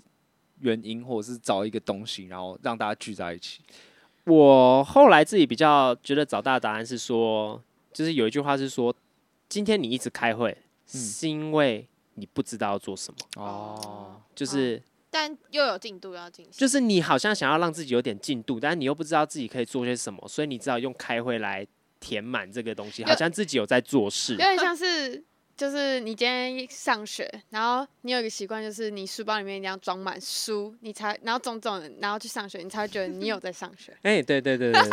Speaker 2: 原因或者是找一个东西，然后让大家聚在一起。
Speaker 3: 我后来自己比较觉得找到的答案是说，就是有一句话是说，今天你一直开会，
Speaker 2: 嗯
Speaker 3: 是因为你不知道要做什么，
Speaker 2: 哦，
Speaker 1: 嗯
Speaker 3: 就是。
Speaker 1: 但又有进度要进行，
Speaker 3: 就是你好像想要让自己有点进度，但你又不知道自己可以做些什么，所以你只好用开会来填满这个东西，
Speaker 4: 有
Speaker 3: 好像自己有在做事。
Speaker 4: 有。点像是，就是你今天上学，然后你有一个习惯，就是你书包里面一定要装满书，你才然后重重的，然后去上学，你才会觉得你有在上学
Speaker 3: 哎、对对对对对，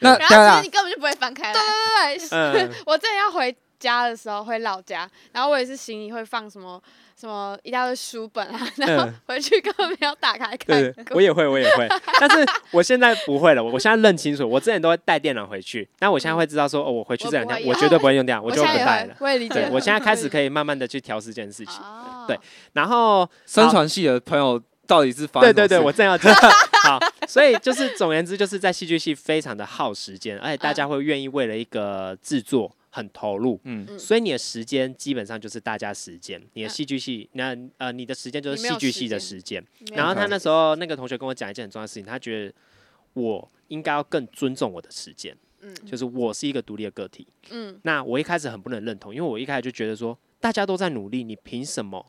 Speaker 2: 那
Speaker 1: 然
Speaker 2: 啊
Speaker 1: 后
Speaker 2: 当
Speaker 3: 啊
Speaker 1: 其
Speaker 2: 然
Speaker 1: 实你根本就不会翻开来，
Speaker 4: 对，
Speaker 3: 嗯，
Speaker 4: 我之前要回家的时候回老家，然后我也是行李会放什么什么一大堆书本啊，然后
Speaker 3: 嗯，
Speaker 4: 回去根本没有打
Speaker 3: 对
Speaker 4: 开看
Speaker 3: 对，我
Speaker 4: 过。
Speaker 3: 也会，我也会，但是我现在不会了。我我现在认清楚，我之前都会带电脑回去，但我现在
Speaker 4: 嗯
Speaker 3: 会知道说，哦，我回去
Speaker 1: 我
Speaker 3: 这两
Speaker 1: 不会
Speaker 3: 天我
Speaker 1: 用
Speaker 3: 绝 对不会用电脑，
Speaker 4: 我
Speaker 3: 就
Speaker 4: 现
Speaker 3: 会不
Speaker 4: 在也
Speaker 3: 带
Speaker 4: 会
Speaker 3: 了，。
Speaker 4: 我也理解
Speaker 3: 对
Speaker 4: 了。
Speaker 3: 我现在开始可以慢慢的去调试这件事情。
Speaker 1: 哦
Speaker 3: 对然后，
Speaker 2: 生传系的朋友到底是发
Speaker 3: 对
Speaker 2: 生
Speaker 3: 对对，
Speaker 2: 什
Speaker 3: 我
Speaker 2: 么事
Speaker 3: 正要讲。 好，所以就是总而言之，就是在戏剧系非常的耗时间，而且大家会愿意为了一个制作很投入。
Speaker 2: 嗯，
Speaker 3: 所以你的时间基本上就是大家时间，你的
Speaker 4: 嗯
Speaker 3: 戏剧系那呃你的时间就
Speaker 4: 你
Speaker 3: 是
Speaker 4: 没
Speaker 3: 戏
Speaker 4: 有
Speaker 3: 剧
Speaker 4: 时
Speaker 3: 系的
Speaker 4: 间
Speaker 3: 时间，
Speaker 4: 没有
Speaker 3: 然后他
Speaker 4: 错
Speaker 3: 那时候那个同学跟我讲一件很重要的事情，他觉得我应该要更尊重我的时间，
Speaker 4: 嗯
Speaker 3: 就是我是一个独立的个体。
Speaker 4: 嗯，
Speaker 3: 那我一开始很不能认同，因为我一开始就觉得说大家都在努力，你凭什么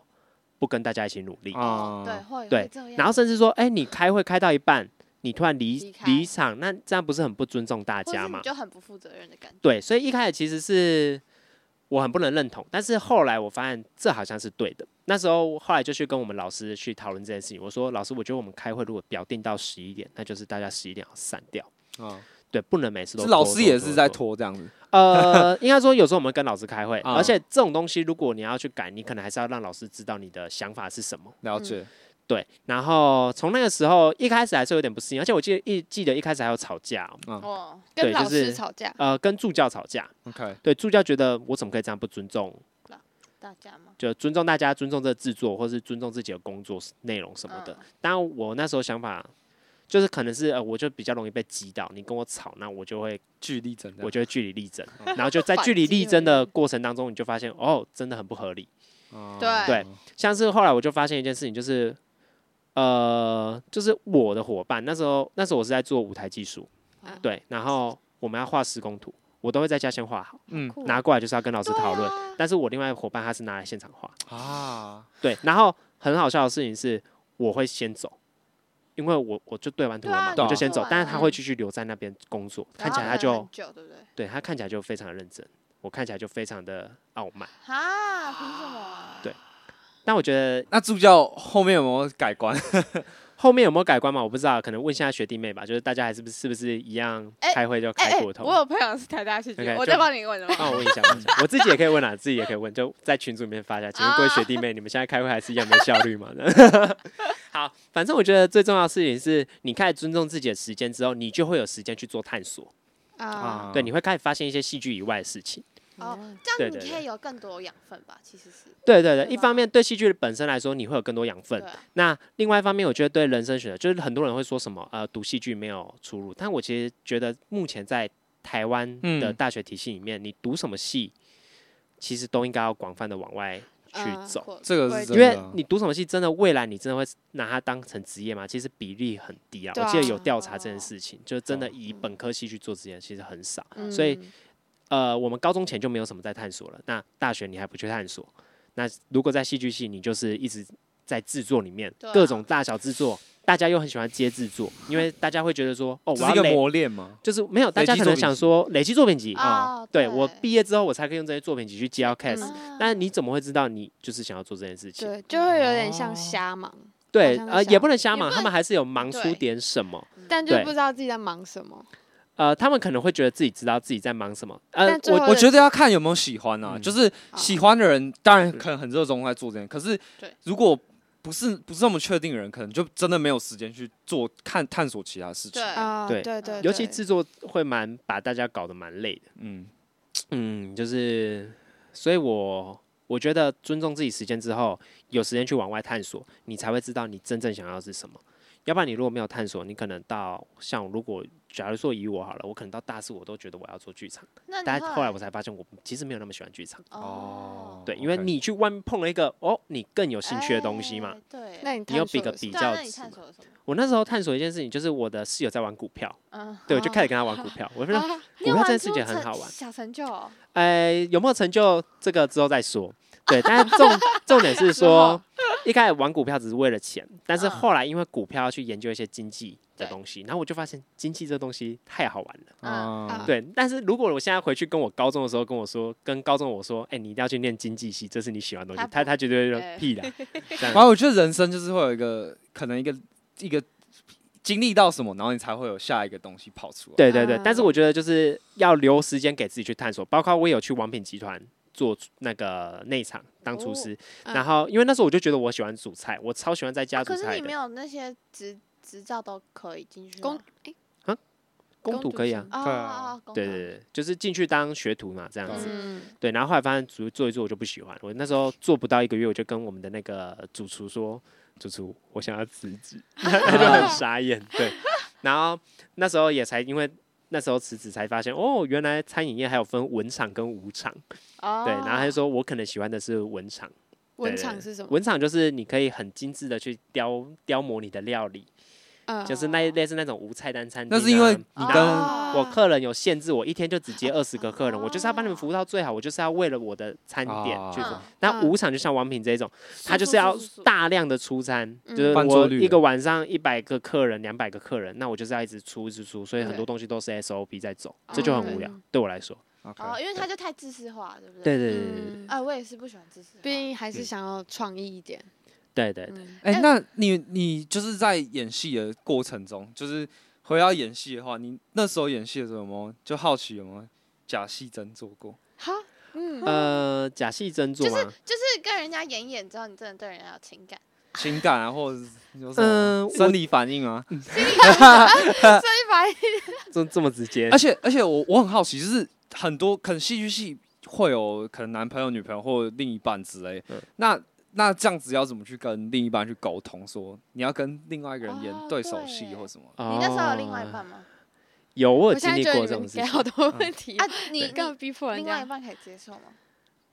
Speaker 3: 不跟大家一起努力？
Speaker 1: 哦
Speaker 2: 啊，
Speaker 1: 对，会
Speaker 3: 对
Speaker 1: 会这样，
Speaker 3: 然后甚至说，哎、你开会开到一半，你突然离
Speaker 1: 离开
Speaker 3: 离场，那这样不是很不尊重大
Speaker 1: 或者
Speaker 3: 家
Speaker 1: 是
Speaker 3: 嘛
Speaker 1: 你？就很不负责任的感觉，
Speaker 3: 对，所以一开始其实是我很不能认同，但是后来我发现这好像是对的。那时候后来就去跟我们老师去讨论这件事情，我说老师，我觉得我们开会如果表定到十一点，那就是大家十一点要散掉，
Speaker 2: 啊，
Speaker 3: 对，不能每次都
Speaker 2: 是老
Speaker 3: 拖
Speaker 2: 师也是在。拖
Speaker 3: 拖拖
Speaker 2: 这样子，
Speaker 3: 呃，应该说有时候我们跟老师 开会，
Speaker 2: 啊
Speaker 3: 而且这种东西如果你要去改，你可能还是要让老师知道你的想法是什么。
Speaker 2: 了解，
Speaker 3: 对，然后从那个时候一开始还是有点不适应，而且我记得一记得一开始还有吵架哦、
Speaker 1: 哦，
Speaker 4: 跟
Speaker 3: 对就
Speaker 4: 老
Speaker 3: 是
Speaker 4: 师吵架，
Speaker 3: 呃，跟助教吵架。
Speaker 2: OK，
Speaker 3: 对，助教觉得我怎么可以这样不尊重
Speaker 1: 大家吗？
Speaker 3: 就尊重大家，尊重这个制作，或是尊重自己的工作内容什么
Speaker 1: 嗯
Speaker 3: 的。当然，我那时候想法就是可能是呃，我就比较容易被击倒，你跟我吵，那我就会
Speaker 2: 距离真的
Speaker 3: 我就会据理力争，然后就在据理力争的过程当中，你就发现哦，真的很不合理。
Speaker 1: 对
Speaker 3: 对，像是后来我就发现一件事情，就是呃，就是我的伙伴那时候那时候我是在做舞台技术，
Speaker 4: 啊
Speaker 3: 对，然后我们要画施工图，我都会在家先画好，
Speaker 2: 嗯
Speaker 1: 酷
Speaker 3: 拿过来就是要跟老师讨论。
Speaker 1: 啊
Speaker 3: 但是我另外一个伙伴他是拿来现场画。
Speaker 2: 啊，
Speaker 3: 对，然后很好笑的事情是，我会先走，因为我我就对完图了嘛，
Speaker 1: 对
Speaker 2: 啊
Speaker 3: 我就先走
Speaker 1: 对啊。
Speaker 3: 但是他会继续留在那边工作，看起来
Speaker 1: 然
Speaker 3: 他
Speaker 1: 后可能
Speaker 3: 就
Speaker 1: 很久，对不对？
Speaker 3: 对他看起来就非常的认真，我看起来就非常的傲慢。
Speaker 1: 啊，凭什么啊？
Speaker 3: 对但我觉得
Speaker 2: 那助教后面有没有改观？
Speaker 3: 后面有没有改观嘛？我不知道，可能问一下学弟妹吧。就是大家还是不是是不是一样
Speaker 1: 哎
Speaker 3: 开会就
Speaker 1: 哎
Speaker 3: 开
Speaker 1: 哎
Speaker 3: 过头？
Speaker 1: 我有朋友是台大戏剧
Speaker 3: OK，，
Speaker 1: 我
Speaker 3: 就
Speaker 1: 再帮你问的吗？
Speaker 3: 那我问一下，问一下我自己也可以问啊，自己也可以问，就在群组里面发一下。请问各位学弟妹，你们现在开会还是一样没效率吗？ 好，反正我觉得最重要的事情是你开始尊重自己的时间之后，你就会有时间去做探索。
Speaker 4: 啊，
Speaker 2: 嗯
Speaker 3: 对，你会开始发现一些戏剧以外的事
Speaker 1: 哦
Speaker 3: 情。
Speaker 4: 哦，
Speaker 1: 这
Speaker 3: 对
Speaker 1: 样你
Speaker 3: 对
Speaker 1: 可
Speaker 3: 对
Speaker 1: 以有更多养分吧？其实是，
Speaker 3: 对对对，
Speaker 1: 对
Speaker 3: 一
Speaker 1: 吧
Speaker 3: 方面对戏剧本身来说，你会有更多养分
Speaker 1: 对。啊，
Speaker 3: 那另外一方面，我觉得对人生选择，就是很多人会说什么呃，读戏剧没有出路，但我其实觉得目前在台湾的
Speaker 2: 嗯
Speaker 3: 大学体系里面，你读什么戏，其实都应该要广泛的往外去
Speaker 4: 嗯
Speaker 3: 走。
Speaker 1: 或
Speaker 2: 这个是真
Speaker 3: 因为
Speaker 2: 的啊，
Speaker 3: 你读什么系，真的未来你真的会拿它当成职业吗？其实比例很低啊。
Speaker 4: 对啊
Speaker 3: 我记得有调查这件事情，就真的
Speaker 2: 哦
Speaker 3: 以本科系去做职业，其实很少。
Speaker 4: 嗯
Speaker 3: 所以呃，我们高中前就没有什么在探索了，那大学你还不去探索，那如果在戏剧系，你就是一直在制作里面，
Speaker 1: 对啊
Speaker 3: 各种大小制作，大家又很喜欢接制作，因为大家会觉得说，哦，我
Speaker 2: 这是一
Speaker 3: 要
Speaker 2: 个
Speaker 3: 累，
Speaker 2: 磨练嘛，
Speaker 3: 就是没有，大家
Speaker 2: 累积
Speaker 3: 可
Speaker 2: 作
Speaker 3: 能
Speaker 2: 品
Speaker 3: 想
Speaker 2: 集
Speaker 3: 说累积作品集，哦
Speaker 1: 啊，
Speaker 3: 对我毕业之后我才可以用这些作品集去接到 case，、
Speaker 1: 啊
Speaker 3: 但你怎么会知道你就是想要做这件事情？
Speaker 1: 嗯
Speaker 4: 对，就会有点像
Speaker 2: 哦
Speaker 4: 瞎忙，
Speaker 3: 对，
Speaker 4: 好像
Speaker 3: 呃，
Speaker 4: 是
Speaker 3: 也
Speaker 4: 啊
Speaker 3: 不能瞎
Speaker 1: 也
Speaker 3: 忙，
Speaker 1: 不
Speaker 3: 他们还是有忙出
Speaker 1: 对
Speaker 3: 点什么。
Speaker 4: 但就
Speaker 3: 对
Speaker 4: 不知道自己在忙什么。
Speaker 3: 呃，他们可能会觉得自己知道自己在忙什么。呃
Speaker 4: 但，最
Speaker 3: 我
Speaker 4: 后
Speaker 2: 我
Speaker 4: 的
Speaker 2: 觉得要看有没有喜欢啊，
Speaker 3: 嗯
Speaker 2: 就是
Speaker 4: 哦
Speaker 2: 喜欢的人当然可能很热衷在做这件，可是
Speaker 1: 对
Speaker 2: 如果不是不是那么确定的人，可能就真的没有时间去做看探索其他事情
Speaker 1: 对。
Speaker 4: 啊，
Speaker 3: 对
Speaker 4: 对对，
Speaker 3: 尤其
Speaker 4: 对
Speaker 3: 制作会蛮把大家搞得蛮累的。
Speaker 2: 嗯，
Speaker 3: 嗯，就是，所以我我觉得尊重自己时间之后，有时间去往外探索，你才会知道你真正想要的是什么。要不然你如果没有探索，你可能到像如果假如说以我好了，我可能到大四我都觉得我要做剧场，
Speaker 1: 那
Speaker 3: 但
Speaker 1: 哦你
Speaker 3: 后来我才发现我其实没有那么喜欢剧场。
Speaker 1: 哦，
Speaker 3: 对，因为
Speaker 2: OK
Speaker 3: 你去外面碰了一个哦，你更有兴趣的东西嘛
Speaker 1: 哎。，对，
Speaker 4: 那你
Speaker 3: 你有
Speaker 4: 探
Speaker 3: 比
Speaker 4: 索
Speaker 3: 个
Speaker 4: 的是
Speaker 3: 比
Speaker 1: 对啊
Speaker 3: 较
Speaker 1: 那你
Speaker 3: 值
Speaker 1: 探
Speaker 3: 嘛
Speaker 1: 索了什么？
Speaker 3: 我那时候探索一件事情，就是我的室友在玩股票，
Speaker 1: 嗯，
Speaker 3: 对我就
Speaker 4: 啊
Speaker 3: 开始跟他玩股票，我就说
Speaker 4: 啊，
Speaker 3: 股票这件事情很好玩。
Speaker 1: 小成就哦，
Speaker 3: 呃，有没有成就这个之后 再说。对，但是重重点是说，一开始玩股票只是为了钱，但是
Speaker 1: 哦嗯
Speaker 3: 后来因为股票要去研究一些经济的
Speaker 1: 对
Speaker 3: 东西，然后我就发现经济这东西太好玩了。
Speaker 1: 嗯
Speaker 2: 啊
Speaker 4: 啊
Speaker 3: 对，但是如果我现在回去跟我高中的时候跟我说，跟高中我说，哎、你一定要去念经济系，这是你喜欢的东
Speaker 1: 他
Speaker 3: 西，
Speaker 1: 不
Speaker 3: 他他绝对就
Speaker 1: 哎
Speaker 3: 屁的。这
Speaker 2: 反正
Speaker 3: 样
Speaker 2: 我觉得人生就是会有一个可能一个一个经历到什么，然后你才会有下一个东西跑出来。
Speaker 1: 嗯
Speaker 3: 对对对，但是
Speaker 4: 啊
Speaker 3: 我觉得就是要留时间给自己去探索，包括我也有去王品集团做那个内场当厨
Speaker 1: 哦啊
Speaker 3: 师，
Speaker 4: 嗯
Speaker 3: 然后因为那时候我就觉得我喜欢煮菜，我超喜欢在家煮
Speaker 1: 可是
Speaker 3: 菜
Speaker 1: 你没
Speaker 3: 的。
Speaker 1: 有那些执执照都可以进去吗。
Speaker 4: 公
Speaker 3: 工读可以啊
Speaker 4: 公，
Speaker 1: 哦
Speaker 2: 对
Speaker 1: 哦
Speaker 2: 啊
Speaker 1: 哦，公
Speaker 3: 对
Speaker 1: 道
Speaker 3: 对对，就是进去当学徒嘛，这样子。
Speaker 4: 嗯，
Speaker 3: 对，然后后来发现煮做一做我就不喜欢，我那时候做不到一个月，我就跟我们的那个主厨说，主厨我想要辞职， 他他就很傻眼，对。然后那时候也才因为那时候辞职才发现，哦，原来餐饮业还有分文场跟武场，
Speaker 1: 哦，
Speaker 3: 对。然后他就说我可能喜欢的是文场，
Speaker 4: 文
Speaker 3: 对对
Speaker 4: 场
Speaker 3: 对
Speaker 4: 是什么？
Speaker 3: 文场就是你可以很精致的去雕雕磨你的料理，
Speaker 4: 嗯，
Speaker 3: 就是那一类似那种无菜单餐厅、
Speaker 2: 那
Speaker 3: 啊。
Speaker 2: 是因为你跟、
Speaker 1: 哦
Speaker 3: 我客人有限制，我一天就只接二十个客人，我就是要帮
Speaker 4: 哦
Speaker 3: 你们服务到最好，我就是要为了我的餐点
Speaker 2: 啊
Speaker 3: 去做
Speaker 1: 嗯。
Speaker 3: 那五场就像王品这种，他就是
Speaker 1: 速
Speaker 3: 要
Speaker 1: 速速
Speaker 3: 大量的出餐，就是
Speaker 2: 翻桌
Speaker 3: 我
Speaker 2: 率
Speaker 3: 一
Speaker 2: 的
Speaker 3: 个晚上一百个客人、两百个客人，那我就是要一直出一直出，所以很多
Speaker 4: 对
Speaker 3: 东西都是 SOP 在走，这就很无聊
Speaker 4: 嗯，
Speaker 3: 对我来说。
Speaker 2: OK
Speaker 1: 哦，因为他就太自私化了，对不对？
Speaker 3: 对对对
Speaker 4: 嗯，
Speaker 1: 哎，我也是不喜欢自私化。啊
Speaker 4: 毕竟还
Speaker 3: 嗯
Speaker 4: 是想要创意一点。
Speaker 3: 对对对对，
Speaker 4: 嗯，
Speaker 2: 哎、
Speaker 1: 哎
Speaker 2: 那你你就是在演戏的过程中，就是回到演戏的话，你那时候演戏的时候有没有就好奇有没有假戏真做过？
Speaker 4: 好，嗯，
Speaker 3: 呃，假戏真做吗？
Speaker 1: 就是跟人家演一演之后，你真的对人家有情感，
Speaker 2: 情感啊，或者是有什么
Speaker 3: 嗯我
Speaker 2: 生理反应啊？
Speaker 4: 一百
Speaker 3: 这这么直接
Speaker 2: 而？且而且我我很好奇，就是很多可能戏剧系会有可能男朋友、女朋友或另一半之类，
Speaker 3: 嗯
Speaker 2: 那那这样子要怎么去跟另一半去沟通说你要跟另外一个人演
Speaker 1: 哦
Speaker 2: 对呃手
Speaker 1: 对
Speaker 2: 戏
Speaker 1: 耶
Speaker 2: 或什么？
Speaker 1: 你那时候有另外一
Speaker 3: 哦
Speaker 1: 半吗？
Speaker 3: 有我
Speaker 4: 我
Speaker 3: 有
Speaker 4: 现
Speaker 3: 经
Speaker 4: 在
Speaker 3: 历
Speaker 4: 觉得
Speaker 3: 过这
Speaker 4: 你们
Speaker 3: 种
Speaker 4: 给
Speaker 3: 事
Speaker 4: 好
Speaker 3: 情。嗯
Speaker 4: 多问题
Speaker 1: 啊，，你你
Speaker 4: 干嘛逼迫人
Speaker 1: 另外
Speaker 4: 家
Speaker 1: 一？半可以接受吗？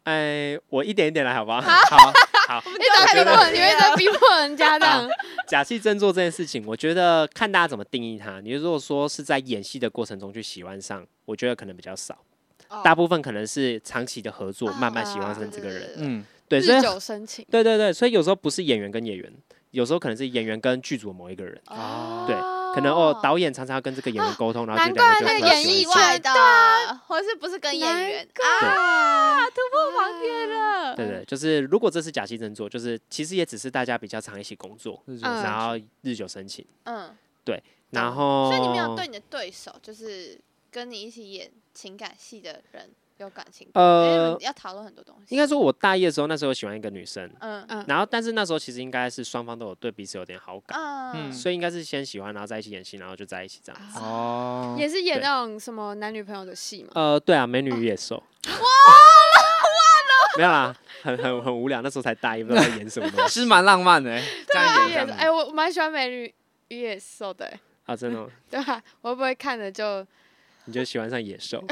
Speaker 3: 哎，我一点一点来，好不好？
Speaker 2: 好，
Speaker 4: 你在逼迫，你会在逼迫 人家这样？
Speaker 3: 假戏真做这件事情，我觉得看大家怎么定义它。你如果说是在演戏的过程中去喜欢上，我觉得可能比较少，
Speaker 1: 哦
Speaker 3: 大部分可能是长期的合作，慢慢喜欢上这个人。
Speaker 2: 嗯，
Speaker 3: 对，所以
Speaker 4: 日久生情。
Speaker 3: 对对对，所以有时候不是演员跟演员，有时候可能是演员跟剧组某一个人，
Speaker 2: 哦
Speaker 3: 对可能哦，导演常常要跟这个演员沟通，
Speaker 1: 啊
Speaker 3: 然后就两
Speaker 4: 难怪
Speaker 3: 个
Speaker 4: 那
Speaker 3: 人
Speaker 4: 个
Speaker 3: 就合
Speaker 4: 演
Speaker 3: 喜
Speaker 4: 艺
Speaker 3: 欢上
Speaker 4: 圈
Speaker 1: 外的，或是不是跟演
Speaker 4: 难
Speaker 1: 员
Speaker 3: 对
Speaker 1: 啊？
Speaker 4: 啊，突破盲点了。
Speaker 3: 对
Speaker 1: 嗯
Speaker 3: 对，就是如果这是假戏真做，就是其实也只是大家比较常一起工作，
Speaker 2: 日久
Speaker 4: 嗯
Speaker 3: 然后日久生情，
Speaker 1: 嗯，
Speaker 3: 然后
Speaker 1: 所以你没有
Speaker 3: 哦
Speaker 1: 对你的对手，就是跟你一起演情感戏的人有感情，因为你
Speaker 3: 呃
Speaker 1: 们，要讨论很多东西。
Speaker 3: 应该说我大一的时候那时候喜欢一个女生，
Speaker 1: 嗯
Speaker 4: 嗯，
Speaker 3: 然后，但是那时候其实应该是双方都有对彼此有点好感，
Speaker 1: 嗯
Speaker 2: 嗯
Speaker 3: 所以应该是先喜欢，然后在一起演戏，然后就在一起这样子。
Speaker 2: 哦，
Speaker 4: 也是演
Speaker 3: 对
Speaker 4: 那种什么男女朋友的戏嘛。
Speaker 3: 呃，对啊，美女与野兽。哇， 没有啦，很很很无聊，那时候才大一，不知道在演什么东
Speaker 2: 其
Speaker 3: 西
Speaker 2: 实蛮浪漫的、欸，这样
Speaker 4: 对
Speaker 2: 演这
Speaker 4: 也
Speaker 2: 样
Speaker 4: 是，
Speaker 2: 演
Speaker 4: 哎，我我蛮喜欢美女与野兽的、欸，
Speaker 3: 啊，真的吗，
Speaker 4: 对吧？我会不会看了就
Speaker 3: 哦你就喜欢上野兽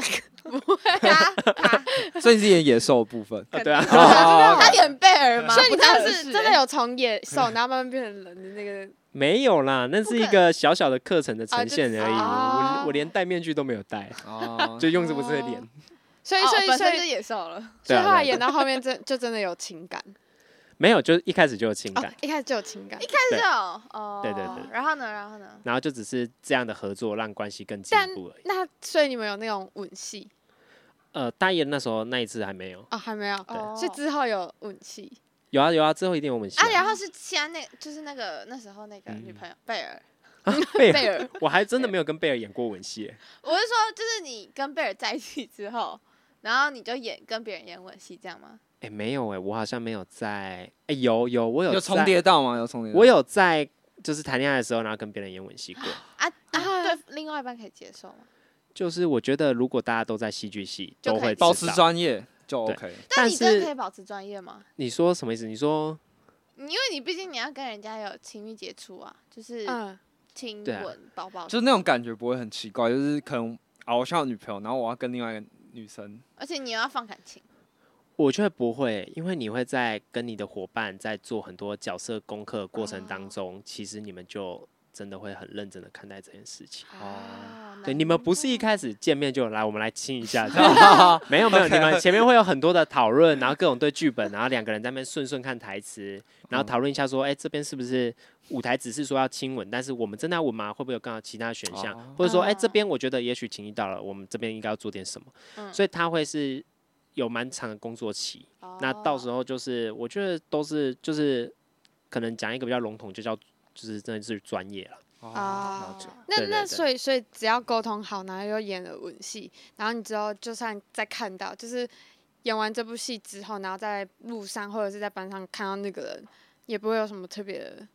Speaker 1: 他他
Speaker 2: 所以你是演野兽的部分。
Speaker 3: 啊？对啊，
Speaker 2: 哦，
Speaker 1: 他演贝尔吗？
Speaker 4: 所以你
Speaker 1: 不太
Speaker 4: 当
Speaker 1: 合
Speaker 4: 时
Speaker 1: 适
Speaker 4: 啊真的
Speaker 1: 欸
Speaker 4: 有从野兽，然后慢慢变成人的那个，
Speaker 3: 没有啦，那是一个小小的课程的呈现而已，
Speaker 4: 啊就
Speaker 3: 我我连戴面具都没有戴，
Speaker 2: 哦，
Speaker 3: 就用这不是脸
Speaker 4: 哦。所以所以
Speaker 1: 哦本
Speaker 4: 所
Speaker 1: 身就
Speaker 4: 以
Speaker 1: 野兽了。
Speaker 3: 对
Speaker 4: 所以
Speaker 3: 啊
Speaker 4: 后来
Speaker 3: 对啊
Speaker 4: 演到后面真就真的有情感，
Speaker 3: 没有，就一开始就有情
Speaker 4: 哦
Speaker 3: 感，，
Speaker 4: 一开始就有情感
Speaker 1: 一， 开始就有哦，
Speaker 3: 对对对
Speaker 1: 然后呢，然后呢？
Speaker 3: 然后就只是这样的合作让关系更进
Speaker 4: 但
Speaker 3: 步而已。
Speaker 4: 那所以你们有那种吻戏
Speaker 3: 呃，大一的那时候那一次还没有，
Speaker 4: 哦，还没有，
Speaker 3: 对
Speaker 1: 哦
Speaker 4: 所以之后有吻戏，
Speaker 3: 有啊有啊，之后一定有我们戏
Speaker 1: 啊，然后是先那，就是那个那时候那个女朋友贝尔，
Speaker 3: 贝
Speaker 4: 贝
Speaker 3: 尔，
Speaker 4: 尔，
Speaker 3: 我还真的没有跟贝尔演过吻戏耶。
Speaker 1: 我是说，就是你跟贝尔在一起之后，然后你就演跟别人演吻戏，这样吗？
Speaker 3: 哎、没有哎、我好像没有在，哎、有有，我有
Speaker 2: 有重
Speaker 3: 在，
Speaker 2: 叠到吗？有重叠到？
Speaker 3: 我有在，就是谈恋爱的时候，然后跟别人演吻戏过。
Speaker 1: 啊
Speaker 4: 啊
Speaker 1: 啊，对，另外一半可以接受吗？
Speaker 3: 就是我觉得，如果大家都在戏剧系，
Speaker 1: 就
Speaker 3: 都
Speaker 1: 可以
Speaker 3: 会
Speaker 2: 保
Speaker 3: 知
Speaker 2: 持
Speaker 3: 道。
Speaker 2: 专业就
Speaker 3: 对
Speaker 2: OK。
Speaker 1: 但
Speaker 3: 但
Speaker 1: 你真的可
Speaker 3: 是
Speaker 1: 以保持专业吗？
Speaker 3: 你说什么意思？你说
Speaker 1: 因为你毕竟你要跟人家有亲密接触啊，就是
Speaker 4: 嗯，
Speaker 1: 亲
Speaker 3: 对啊
Speaker 1: 吻、抱抱，
Speaker 2: 就是那种感觉不会很奇怪，就是可能啊，我像女朋友，然后我要跟另外一个女生，
Speaker 1: 而且你要放感情。
Speaker 3: 我觉得不会，因为你会在跟你的伙伴在做很多角色功课的过程当中，其实你们就真的会很认真的看待这件事情。
Speaker 1: 哦
Speaker 3: 对，
Speaker 1: 难
Speaker 3: 你们不是一开始见面就来，我们来亲一下，这样 没有没有，你们前面会有很多的讨论，然后各种对剧本，然后两个人在那边顺顺看台词，然后讨论一下说，哎、这边是不是舞台只是说要亲吻，但是我们真的要吻吗？会不会有更好其他选项？
Speaker 2: 哦
Speaker 3: 或者说，哎、
Speaker 1: 哦
Speaker 4: 嗯
Speaker 3: 这边我觉得也许情谊到了，我们这边应该要做点什么？
Speaker 1: 嗯
Speaker 3: 所以他会是有蛮长的工作期，
Speaker 4: 哦
Speaker 3: 那到时
Speaker 1: 候
Speaker 3: 候就是我觉得都是就是可能讲一个比较笼统，就叫就是真的是专业哦了。
Speaker 2: 哦
Speaker 1: 哦
Speaker 2: 了解
Speaker 4: 那
Speaker 3: 对对
Speaker 4: 那
Speaker 3: 对
Speaker 4: 所以所以只要沟通好，然后又演了吻戏，然后你之后就算再看到，就是演完这部戏之后，然后在路上或者是在班上看到那个人，也不会有什么特别的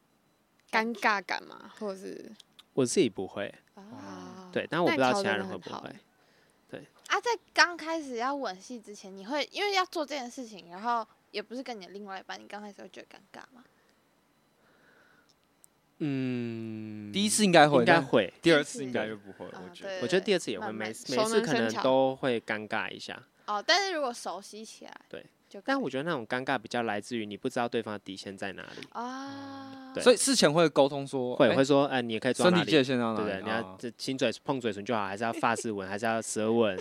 Speaker 4: 尴尬感嘛，或者是
Speaker 3: 我自己不会，
Speaker 1: 啊
Speaker 3: 对，但我
Speaker 4: 那
Speaker 3: 不
Speaker 4: 你
Speaker 3: 知道
Speaker 4: 调
Speaker 3: 其他
Speaker 4: 得
Speaker 3: 人会
Speaker 4: 很
Speaker 3: 不
Speaker 4: 好欸
Speaker 3: 会。
Speaker 1: 啊，在刚开始要吻戏之前，你会因为要做这件事情，然后也不是跟你的另外一半，你刚开始会觉得尴尬吗？
Speaker 3: 嗯，
Speaker 2: 第一次应该会，
Speaker 3: 应该哦
Speaker 2: 但
Speaker 3: 会，
Speaker 2: 第二次应该就不会，
Speaker 1: 啊
Speaker 2: 我觉得。
Speaker 1: 对
Speaker 3: 我觉得第二次也会，
Speaker 1: 慢
Speaker 3: 每
Speaker 1: 慢
Speaker 3: 次每
Speaker 4: 熟
Speaker 3: 次
Speaker 4: 能
Speaker 3: 可
Speaker 4: 生
Speaker 3: 能
Speaker 4: 巧
Speaker 3: 都会尴尬一下。
Speaker 1: 哦，但是如果熟悉起来，
Speaker 3: 对
Speaker 1: 就可以，
Speaker 3: 但我觉得那种尴尬比较来自于你不知道对方的底线在哪里，
Speaker 1: 啊，
Speaker 3: 对
Speaker 2: 所以事前会沟通说，
Speaker 3: 会
Speaker 2: 哎
Speaker 3: 会说，哎，你可以抓
Speaker 2: 身
Speaker 3: 哪
Speaker 2: 体
Speaker 3: 里，
Speaker 2: 界
Speaker 3: 对
Speaker 2: 限到哪
Speaker 3: 不
Speaker 2: 里？
Speaker 3: 对？你
Speaker 2: 啊
Speaker 3: 要这亲嘴碰嘴唇就好，还是要发式吻，还是 要舌吻？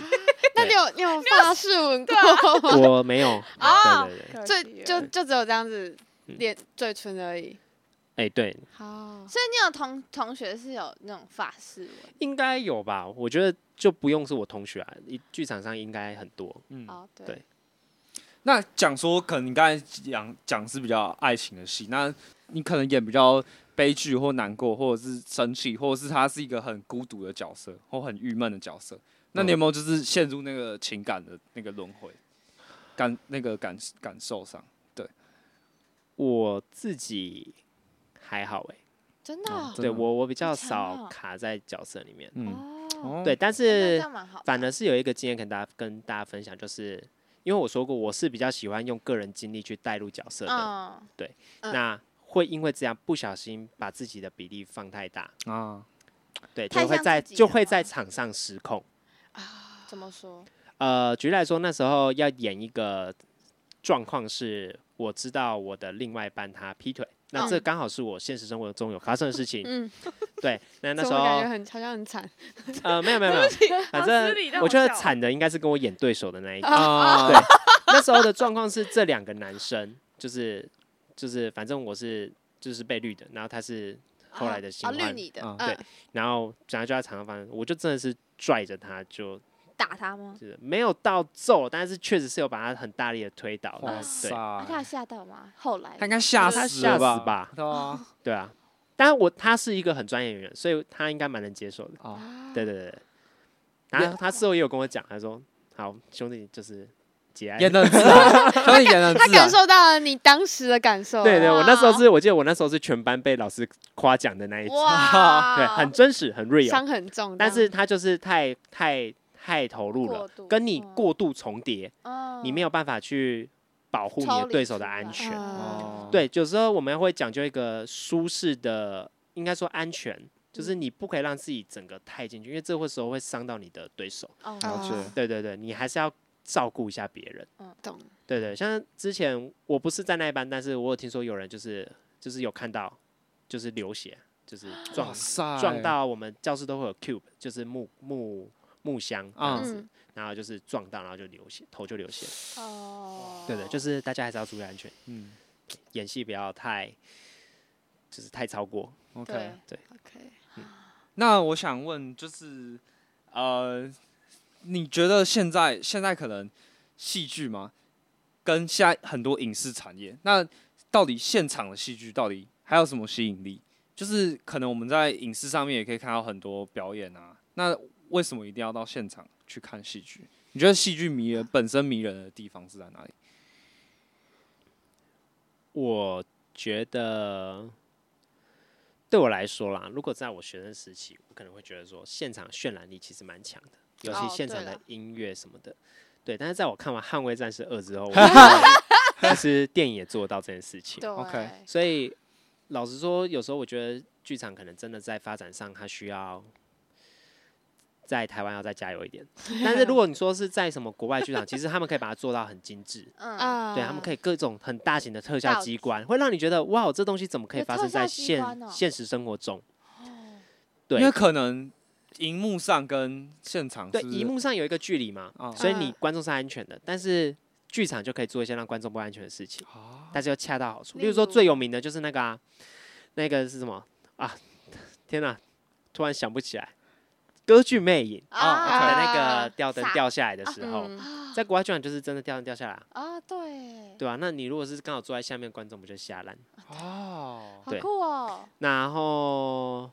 Speaker 4: 那
Speaker 3: 对
Speaker 4: 你有你 有发誓吻过
Speaker 1: 啊
Speaker 4: 吗？
Speaker 3: 我没有，
Speaker 4: 啊
Speaker 3: 对对
Speaker 1: 嗯
Speaker 3: 对，
Speaker 4: 最
Speaker 1: 哦
Speaker 4: 就就只有这样子
Speaker 3: 嗯
Speaker 4: 脸嘴唇而已。
Speaker 3: 哎，对，
Speaker 4: 好，
Speaker 1: 所以你有同同学是有那种法式文
Speaker 3: 应该有吧？我觉得就不用是我同学啊，一剧场上应该很多。
Speaker 2: 嗯，
Speaker 1: 哦，对
Speaker 3: 对
Speaker 2: 那讲说，可能你刚才讲讲是比较爱情的戏，那你可能演比较悲剧或难过，或者是生气，或者是他是一个很孤独的角色，或很郁闷的角色。
Speaker 3: 嗯
Speaker 2: 那你有没有就是陷入那个情感的那个轮回，感那个感感受上？
Speaker 3: 我自己还好哎、
Speaker 1: 真的
Speaker 2: 哦
Speaker 1: 哦
Speaker 2: 真
Speaker 3: 对
Speaker 2: 的
Speaker 3: 我我比较
Speaker 1: 好强
Speaker 3: 少
Speaker 1: 哦
Speaker 3: 卡在角色里面。
Speaker 2: 嗯，
Speaker 1: 哦，
Speaker 2: 哦
Speaker 3: 对，，但
Speaker 1: 那这
Speaker 3: 是
Speaker 1: 样蛮好的啊，
Speaker 3: 反而是有一个经验跟大家跟大家分享，就是因为我说过我是比较喜欢用个人经历去带入角色的，
Speaker 1: 嗯，嗯
Speaker 3: 那会因为这样不小心把自己的比例放太大，
Speaker 2: 啊，
Speaker 3: 对，
Speaker 1: 太
Speaker 3: 就会
Speaker 1: 像
Speaker 3: 在
Speaker 1: 自己
Speaker 3: 就
Speaker 1: 了
Speaker 3: 会
Speaker 1: 吗
Speaker 3: 在场上失控。
Speaker 1: 怎么说？
Speaker 3: 呃，举例来说，那时候要演一个状况是，我知道我的另外一半他劈腿，那这
Speaker 4: 嗯
Speaker 3: 刚好是我现实生活中有发生的事情。
Speaker 4: 嗯，
Speaker 3: 对，那那
Speaker 4: 怎
Speaker 3: 时
Speaker 4: 么感觉
Speaker 3: 候
Speaker 4: 很好像很惨？
Speaker 3: 呃，没有没有没有，反正我觉
Speaker 1: 哦
Speaker 3: 得惨的应该是跟我演对手的那一个。
Speaker 2: 啊
Speaker 3: 对， 那时候的状况是这两个男生，就是就是，反正我是就是被绿的，然后他是后来的新
Speaker 1: 啊，
Speaker 3: 欢，嗯
Speaker 1: 绿你的
Speaker 2: 啊
Speaker 3: 对然后然后就在场上发生，我就真的是拽着他就
Speaker 1: 打他吗？
Speaker 3: 是没有到揍，但是确实是有把他很大力的推倒。
Speaker 2: 哇
Speaker 3: 那
Speaker 2: 塞
Speaker 3: 对，
Speaker 1: 啊，他有吓到吗？后来
Speaker 2: 他应该吓
Speaker 3: 他
Speaker 2: 死了
Speaker 3: 吓死
Speaker 2: 吧
Speaker 3: 吧？
Speaker 2: 对啊，
Speaker 3: 对啊，当然我他是一个很专业的人，所以他应该蛮能接受的。
Speaker 2: 啊，
Speaker 3: 对对对对，然后他事后也有跟我讲，他说：“好兄弟，就是节哀。”
Speaker 2: 演的自然，所以演的
Speaker 4: 他
Speaker 2: 自然
Speaker 4: 感。受到了你当时的感受。
Speaker 3: 啊对对，我那时候
Speaker 1: 哇
Speaker 3: 是我记得我那时候是全班被老师夸奖的那一种，
Speaker 1: 哇，
Speaker 3: 对，很真实，很 real。
Speaker 4: 伤很重，
Speaker 3: 但是他就是太太太投入
Speaker 1: 嗯过
Speaker 3: 了
Speaker 1: 度，
Speaker 3: 跟你
Speaker 1: 嗯
Speaker 3: 过度重叠，
Speaker 1: 嗯
Speaker 3: 你没有办法去保护你
Speaker 1: 抽
Speaker 3: 的
Speaker 1: 离
Speaker 3: 对手
Speaker 1: 出
Speaker 3: 的
Speaker 1: 来
Speaker 3: 安
Speaker 1: 嗯
Speaker 3: 全。
Speaker 2: 哦
Speaker 4: 哦，
Speaker 3: 对，有时候我们会讲究一个舒适的，应该说安全，就是
Speaker 1: 嗯
Speaker 3: 你不可以让自己整个太进去，因为这会时候会伤到你的对手。
Speaker 1: 哦
Speaker 2: 了解
Speaker 3: 对对对，你还是要照顾一下别人。
Speaker 1: 嗯
Speaker 4: 懂。
Speaker 3: 对对，像之前我不是在那一班，但是我有听说有人就是就是有看到就是流血，就是撞
Speaker 1: 啊
Speaker 2: 哇塞，
Speaker 1: 哎
Speaker 3: 撞到我们教室都会有 cube，就是木木木箱这样子，
Speaker 4: 嗯，
Speaker 3: 然后就是撞到，然后就流血，头就流血。
Speaker 4: 嗯
Speaker 1: 哦，
Speaker 3: 对对，就是大家还是要注意安全，
Speaker 2: 嗯
Speaker 3: 演戏不要太就是太超过。
Speaker 2: ，OK
Speaker 1: 对。
Speaker 3: 对
Speaker 4: OK，
Speaker 2: 那我想问，就是呃，你觉得现在现在可能戏剧吗？跟现在很多影视产业，那到底现场的戏剧到底还有什么吸引力？就是可能我们在影视上面也可以看到很多表演啊，那为什么一定要到现场去看戏剧？你觉得戏剧迷人本身迷人的地方是在哪里？
Speaker 3: 我觉得对我来说啦，如果在我学生时期，我可能会觉得说现场渲染力其实蛮强的，尤
Speaker 1: 哦
Speaker 3: 其现
Speaker 1: 对
Speaker 3: 场的
Speaker 1: 啦
Speaker 3: 音乐什么的。对，但是在我看完《捍卫战士二》之 后，我就觉得其实电影也做得到这件事情。
Speaker 1: 对
Speaker 2: OK
Speaker 3: 所以老实说，有时候我觉得剧场可能真的在发展上，它需要在台湾要再加 油一点。但是如果你说是在什么国外剧场，其实他们可以把它做到很精 致。
Speaker 1: 嗯，
Speaker 4: 啊，
Speaker 3: 对，他们可以各种很大型的特效
Speaker 1: 道
Speaker 3: 机
Speaker 1: 具
Speaker 3: 关，会让你觉得哇，这东西怎么可以
Speaker 1: 有
Speaker 3: 发
Speaker 1: 特
Speaker 3: 生
Speaker 1: 效
Speaker 3: 在
Speaker 1: 机
Speaker 3: 现
Speaker 1: 关哦
Speaker 3: 现实生活中？
Speaker 2: 因为
Speaker 3: 对
Speaker 2: 可能荧幕上跟现场
Speaker 3: 对，
Speaker 2: 是
Speaker 3: 荧幕上有一个距离嘛，
Speaker 2: 啊
Speaker 3: 所以你
Speaker 4: 嗯
Speaker 3: 观众是安全的，但是剧场就可以做一些让观众不安全的事情，
Speaker 2: 啊
Speaker 3: 但是又恰到好处。
Speaker 1: 例
Speaker 3: 例如说
Speaker 1: 如
Speaker 3: 最有名的就是那个啊，那个是什么啊？ 天哪，突然想不起来，歌剧魅影。的
Speaker 2: 啊
Speaker 3: 那个吊灯
Speaker 1: 傻
Speaker 3: 掉下来的时候，
Speaker 4: 嗯
Speaker 3: 在国外剧场就是真的吊灯掉下来啊，
Speaker 1: 啊，对，
Speaker 3: 对吧、那你如果是刚好坐在下面，观众不就下烂？
Speaker 2: 哦
Speaker 1: 好
Speaker 3: 对
Speaker 1: 酷哦，
Speaker 3: 然后